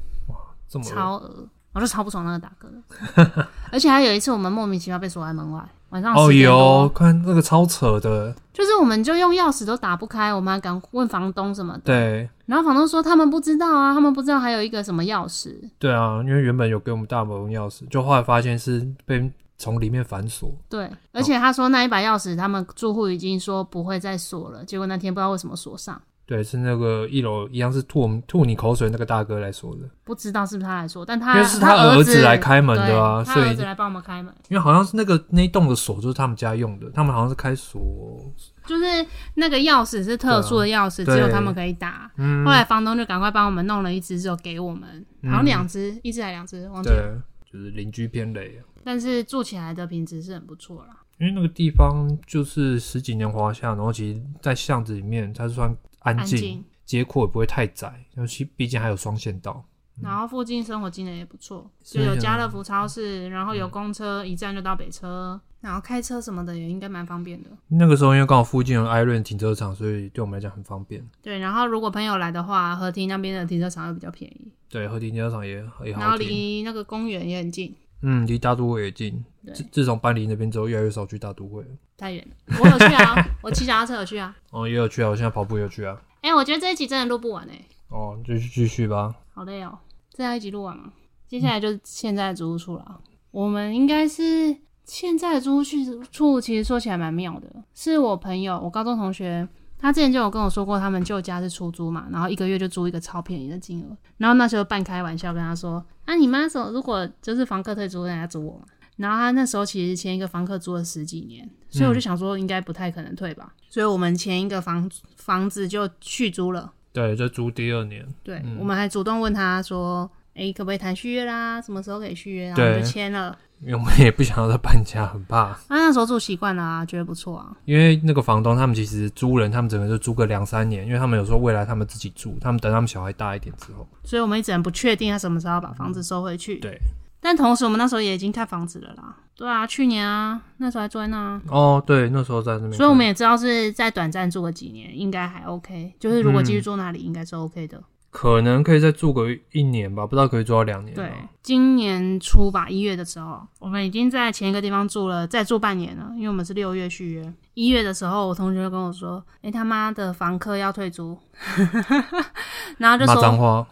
Speaker 1: 这么
Speaker 2: 超恶，我就超不爽那个大哥的。
Speaker 1: [LAUGHS]
Speaker 2: 而且还有一次，我们莫名其妙被锁在门外，晚上
Speaker 1: 哦
Speaker 2: 10点多
Speaker 1: 有看那个超扯的，
Speaker 2: 就是我们就用钥匙都打不开，我们还敢问房东什么的，
Speaker 1: 对
Speaker 2: 然后房东说他们不知道啊，他们不知道还有一个什么钥匙。
Speaker 1: 对啊，因为原本有给我们大门钥匙，就后来发现是被从里面反锁，
Speaker 2: 对，而且他说那一把钥匙，他们住户已经说不会再锁了，结果那天不知道为什么锁上，
Speaker 1: 对，是那个一楼一样是吐我们吐你口水那个大哥来说的，
Speaker 2: 不知道是不是他来说，但
Speaker 1: 因
Speaker 2: 他
Speaker 1: 为是
Speaker 2: 他
Speaker 1: 儿
Speaker 2: 子
Speaker 1: 来开门
Speaker 2: 对
Speaker 1: 的啊，
Speaker 2: 他
Speaker 1: 所以
Speaker 2: 儿子来帮我们开门，
Speaker 1: 因为好像是那个那一栋的锁就是他们家用的，他们好像是开锁，
Speaker 2: 就是那个钥匙是特殊的钥匙，
Speaker 1: 对啊
Speaker 2: 只有他们可以打。
Speaker 1: 嗯
Speaker 2: 后，来房东就赶快帮我们弄了一只，就给我们，好像
Speaker 1: 嗯
Speaker 2: 两只，一只还两只，忘记了。
Speaker 1: 对，就是邻居偏雷啊。
Speaker 2: 但是住起来的品质是很不错啦。
Speaker 1: 因为那个地方就是十几年华夏，然后其实，在巷子里面它是算安
Speaker 2: 安
Speaker 1: 静，
Speaker 2: 静，
Speaker 1: 街廓也不会太窄，尤其毕竟还有双线道。
Speaker 2: 然后附近生活机能也不错，
Speaker 1: 是
Speaker 2: 就有
Speaker 1: 的
Speaker 2: 家乐福超市，然后有公车，一站就到北车，然后开车什么的也应该蛮方便的。
Speaker 1: 那个时候因为刚好附近有艾润停车场，所以对我们来讲很方便。
Speaker 2: 对，然后如果朋友来的话，河堤那边的停车场又比较便宜，
Speaker 1: 对，和平停车场也也
Speaker 2: 然
Speaker 1: 好
Speaker 2: 后
Speaker 1: 停，
Speaker 2: 离那个公园也很近。
Speaker 1: 嗯，离大都会也近。
Speaker 2: 对
Speaker 1: 自，自从搬离那边之后，越来越少去大都会了。
Speaker 2: 太远了。我有去啊，我骑脚踏车有去啊。
Speaker 1: 哦，也有去啊，我现在跑步也有去啊。
Speaker 2: 哎、我觉得这一集真的录不完哎、
Speaker 1: 哦，继续继续吧。
Speaker 2: 好累哦。这样一集录完吗？接下来就是现在的租屋处了。我们应该是现在的租屋处处，其实说起来蛮妙的。是我朋友，我高中同学，他之前就有跟我说过，他们旧家是出租嘛，然后一个月就租一个超便宜的金额。然后那时候半开玩笑跟他说：“啊，你妈手如果就是房客退租，人家租我嘛。”然后他那时候其实前一个房客租了十几年，所以我就想说应该不太可能退吧，所以我们前一个房房子就续租了。
Speaker 1: 对，这租第二年，
Speaker 2: 对，我们还主动问他说：“哎、可不可以谈续约啦？什么时候可以续约？”然后
Speaker 1: 对
Speaker 2: 我们就签了。
Speaker 1: 因为我们也不想要再搬家，很怕。
Speaker 2: 他、那时候住习惯了啊，觉得不错啊。
Speaker 1: 因为那个房东他们其实租人，他们整个就租个两三年，因为他们有时候未来他们自己住，他们等他们小孩大一点之后，
Speaker 2: 所以我们一直很不确定他什么时候要把房子收回去。
Speaker 1: 对。
Speaker 2: 但同时，我们那时候也已经看房子了啦。对啊，去年啊，那时候还住在那啊，
Speaker 1: 哦，对，那时候在那边看，
Speaker 2: 所以我们也知道是在短暂住个几年，应该还 OK。就是如果
Speaker 1: 嗯
Speaker 2: 继续住那里，应该是 OK 的。
Speaker 1: 可能可以再住个一年吧，不知道可不可以住到两年。
Speaker 2: 对，，今年初吧，一月的时候，我们已经在前一个地方住了，再住半年了，因为我们是六月续约。一月的时候，我同学就跟我说：“哎、他妈的，房客要退租。” [LAUGHS] 然后就
Speaker 1: 骂
Speaker 2: 说，
Speaker 1: 脏话，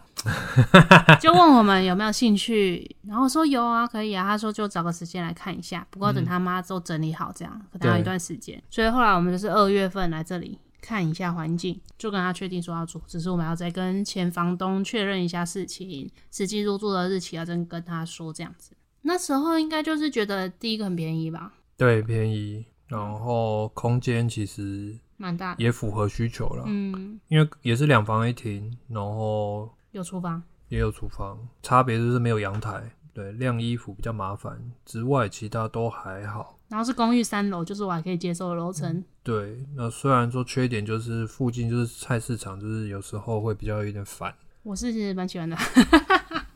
Speaker 2: 就问我们有没有兴趣，然后我说有啊，可以啊。他说就找个时间来看一下，不过等他妈都整理好，这样可能要
Speaker 1: 嗯对
Speaker 2: 一段时间。所以后来我们就是二月份来这里看一下环境，就跟他确定说要住，只是我们要再跟前房东确认一下事情，实际入住的日期要再跟他说这样子。那时候应该就是觉得第一个很便宜吧，
Speaker 1: 对，便宜，然后空间其实
Speaker 2: 蛮大的，
Speaker 1: 也符合需求啦，
Speaker 2: 嗯，
Speaker 1: 因为也是两房一厅，然后
Speaker 2: 有厨房，
Speaker 1: 也有厨房，差别就是没有阳台。对，晾衣服比较麻烦，之外其他都还好。
Speaker 2: 然后是公寓三楼，就是我还可以接受的楼
Speaker 1: 嗯
Speaker 2: 层，
Speaker 1: 对，那虽然说缺点就是附近就是菜市场，就是有时候会比较有点烦，
Speaker 2: 我是蛮喜欢的。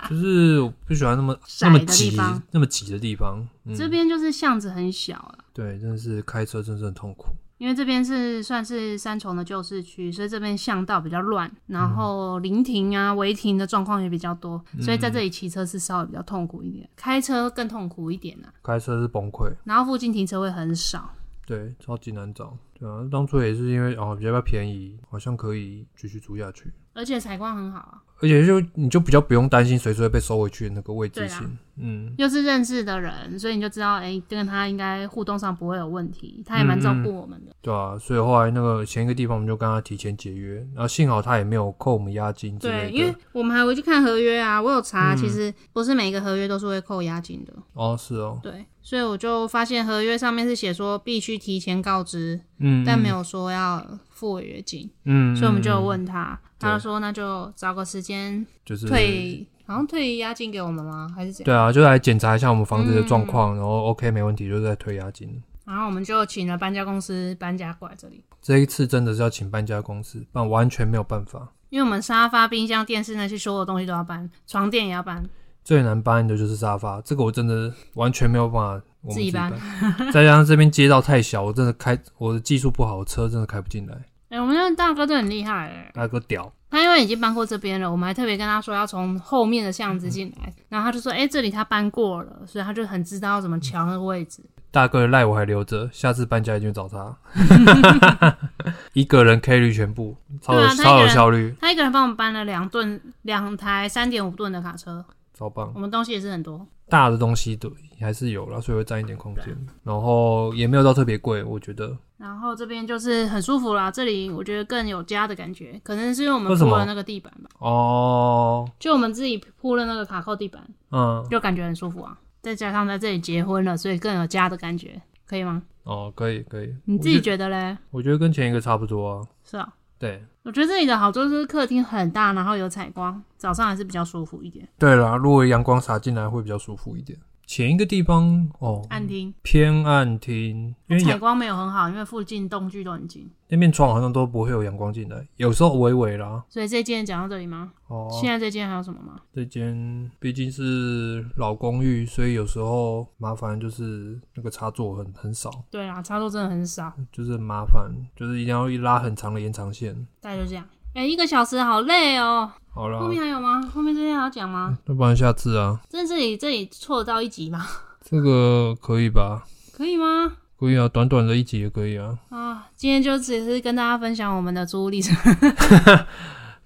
Speaker 1: 就是我不喜欢那么
Speaker 2: 啊窄
Speaker 1: 那么
Speaker 2: 的地
Speaker 1: 挤
Speaker 2: 方
Speaker 1: 那么挤的地方。嗯，
Speaker 2: 这边就是巷子很小啊了。
Speaker 1: 对，真的是开车真是很痛苦。
Speaker 2: 因为这边是算是三重的旧市区，所以这边巷道比较乱，
Speaker 1: 嗯
Speaker 2: 然后临停啊、违停的状况也比较多，所以
Speaker 1: 嗯
Speaker 2: 在这里骑车是稍微比较痛苦一点，开车更痛苦一点啊。
Speaker 1: 开车是崩溃，
Speaker 2: 然后附近停车位很少，
Speaker 1: 对，超级难找。对啊，当初也是因为哦比较便宜，好像可以继续租下去，
Speaker 2: 而且采光很好啊，
Speaker 1: 而且就你就比较不用担心随时会被收回去的那个未
Speaker 2: 对
Speaker 1: 知
Speaker 2: 啊
Speaker 1: 性。嗯，
Speaker 2: 又是认识的人，所以你就知道，哎、跟他应该互动上不会有问题，他也蛮照顾我们的。
Speaker 1: 对啊，所以后来那个前一个地方我们就跟他提前解约，然后幸好他也没有扣我们押金之
Speaker 2: 对，
Speaker 1: 类
Speaker 2: 因为
Speaker 1: 的。嗯
Speaker 2: 我们还回去看合约啊，我有查，其实不是每一个合约都是会扣押金的。
Speaker 1: 哦，是哦，
Speaker 2: 对，所以我就发现合约上面是写说必须提前告知，
Speaker 1: 嗯，
Speaker 2: 但没有说要付违约金，
Speaker 1: 嗯，嗯，
Speaker 2: 所以我们就有
Speaker 1: 嗯
Speaker 2: 问他，他就说那就找个时间
Speaker 1: 就是
Speaker 2: 退，好像退押金给我们吗？还是怎样？
Speaker 1: 对啊，就来检查一下我们房子的状况，然后 OK 没问题，就再退押金。
Speaker 2: 然后我们就请了搬家公司搬家过来这里，
Speaker 1: 这一次真的是要请搬家公司，不然完全没有办法。
Speaker 2: 因为我们沙发、冰箱、电视那些所有东西都要搬，床垫也要搬，
Speaker 1: 最难搬的就是沙发，这个我真的完全没有办法我们
Speaker 2: 自
Speaker 1: 己
Speaker 2: 己搬
Speaker 1: 搬。再加上这边街道太小，我真的开我的技术不好，我车真的开不进来。
Speaker 2: 哎、我们那个大哥都很厉害哎、
Speaker 1: 大哥屌，
Speaker 2: 他因为已经搬过这边了，我们还特别跟他说要从后面的巷子进来，然后他就说：“哎、这里他搬过了，所以他就很知道怎么瞧那个位置。
Speaker 1: 大哥的赖我还留着，下次搬家一定去找他。
Speaker 2: [LAUGHS]
Speaker 1: [LAUGHS] 一个人 carry 全部，超有、
Speaker 2: 对啊他一个人
Speaker 1: 超有效率，
Speaker 2: 他一个人帮我们搬了两吨、两台三点五吨的卡车，
Speaker 1: 超棒
Speaker 2: 我。们东西也是很多。
Speaker 1: 大的东西都还是有了，所以会占一点空间，然后也没有到特别贵，我觉得。
Speaker 2: 然后这边就是很舒服啦，这里我觉得更有家的感觉，可能是因为我们
Speaker 1: 为什么
Speaker 2: 铺了那个地板吧，
Speaker 1: 哦，
Speaker 2: 就我们自己铺了那个卡扣地板，
Speaker 1: 嗯，
Speaker 2: 就感觉很舒服啊。再加上在这里结婚了，所以更有家的感觉，可以吗？
Speaker 1: 哦，可以可以。
Speaker 2: 你自
Speaker 1: 我
Speaker 2: 己
Speaker 1: 觉
Speaker 2: 觉得嘞？
Speaker 1: 我觉得跟前一个差不多啊。
Speaker 2: 是啊，
Speaker 1: 对，
Speaker 2: 我觉得这里的好处就是客厅很大，然后有采光，早上还是比较舒服一点。
Speaker 1: 对啦，如果阳光洒进来会比较舒服一点。前一个地方哦，
Speaker 2: 暗厅，
Speaker 1: 偏暗厅，因为
Speaker 2: 采
Speaker 1: 阳
Speaker 2: 光没有很好，因为附近动距都很近，
Speaker 1: 那面窗好像都不会有阳光进来，有时候微微啦。
Speaker 2: 所以这间讲到这里吗？
Speaker 1: 哦，
Speaker 2: 现在这间还有什么吗？
Speaker 1: 这间毕竟是老公寓，所以有时候麻烦就是那个插座很很少，
Speaker 2: 对啦，插座真的很少，
Speaker 1: 就是很麻烦，就是一定要一拉很长的延长线。
Speaker 2: 大概就这样。哎、一个小时好累哦、
Speaker 1: 好啦
Speaker 2: 后，面还有吗？后面这些还要讲吗？
Speaker 1: 那不然下次啊，
Speaker 2: 在这里这里错到一集吗？
Speaker 1: 这个可以吧？
Speaker 2: [LAUGHS] 可以吗？
Speaker 1: 可以啊，短短的一集也可以啊。 [LAUGHS]
Speaker 2: 啊，今天就只是跟大家分享我们的租屋历 [LAUGHS] 程。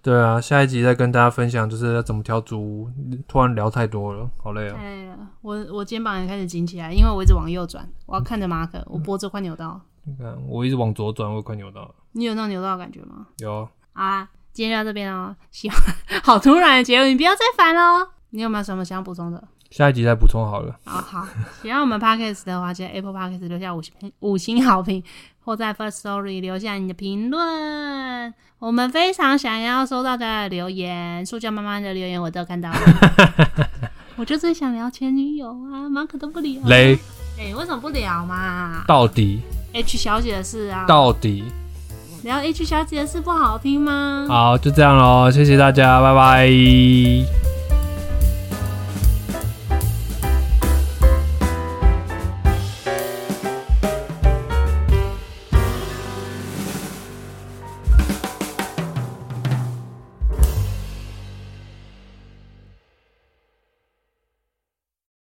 Speaker 1: 对啊，下一集再跟大家分享就是要怎么挑租屋。突然聊太多了，好累啊。
Speaker 2: 太累了，哎我我肩膀也开始紧起来，因为我一直往右转，我要看着马可，我脖子快扭到了。
Speaker 1: 你看，我一直往左转，我快扭到了。
Speaker 2: 你有那种扭到的感觉吗？
Speaker 1: 有啊，
Speaker 2: 好啦，今天就到这边哦。喜欢， [LAUGHS] 好突然的结尾，你不要再烦哦。你有没有什么想补充的？
Speaker 1: 下一集再补充好了。
Speaker 2: 好好， [LAUGHS] 喜欢我们 podcast 的话，记得 Apple Podcast 留下五星五星好评，或在 First Story 留下你的评论。我们非常想要收到大家的留言，塑胶妈妈的留言我都有看到了。我就最想聊前女友啊，马可都不聊。
Speaker 1: 雷
Speaker 2: 哎、为什么不聊嘛
Speaker 1: 到底
Speaker 2: ？H 小姐的事啊，
Speaker 1: 到底，
Speaker 2: 聊 H 小姐的事不好听吗？
Speaker 1: 好，就这样喽，谢谢大家，拜拜。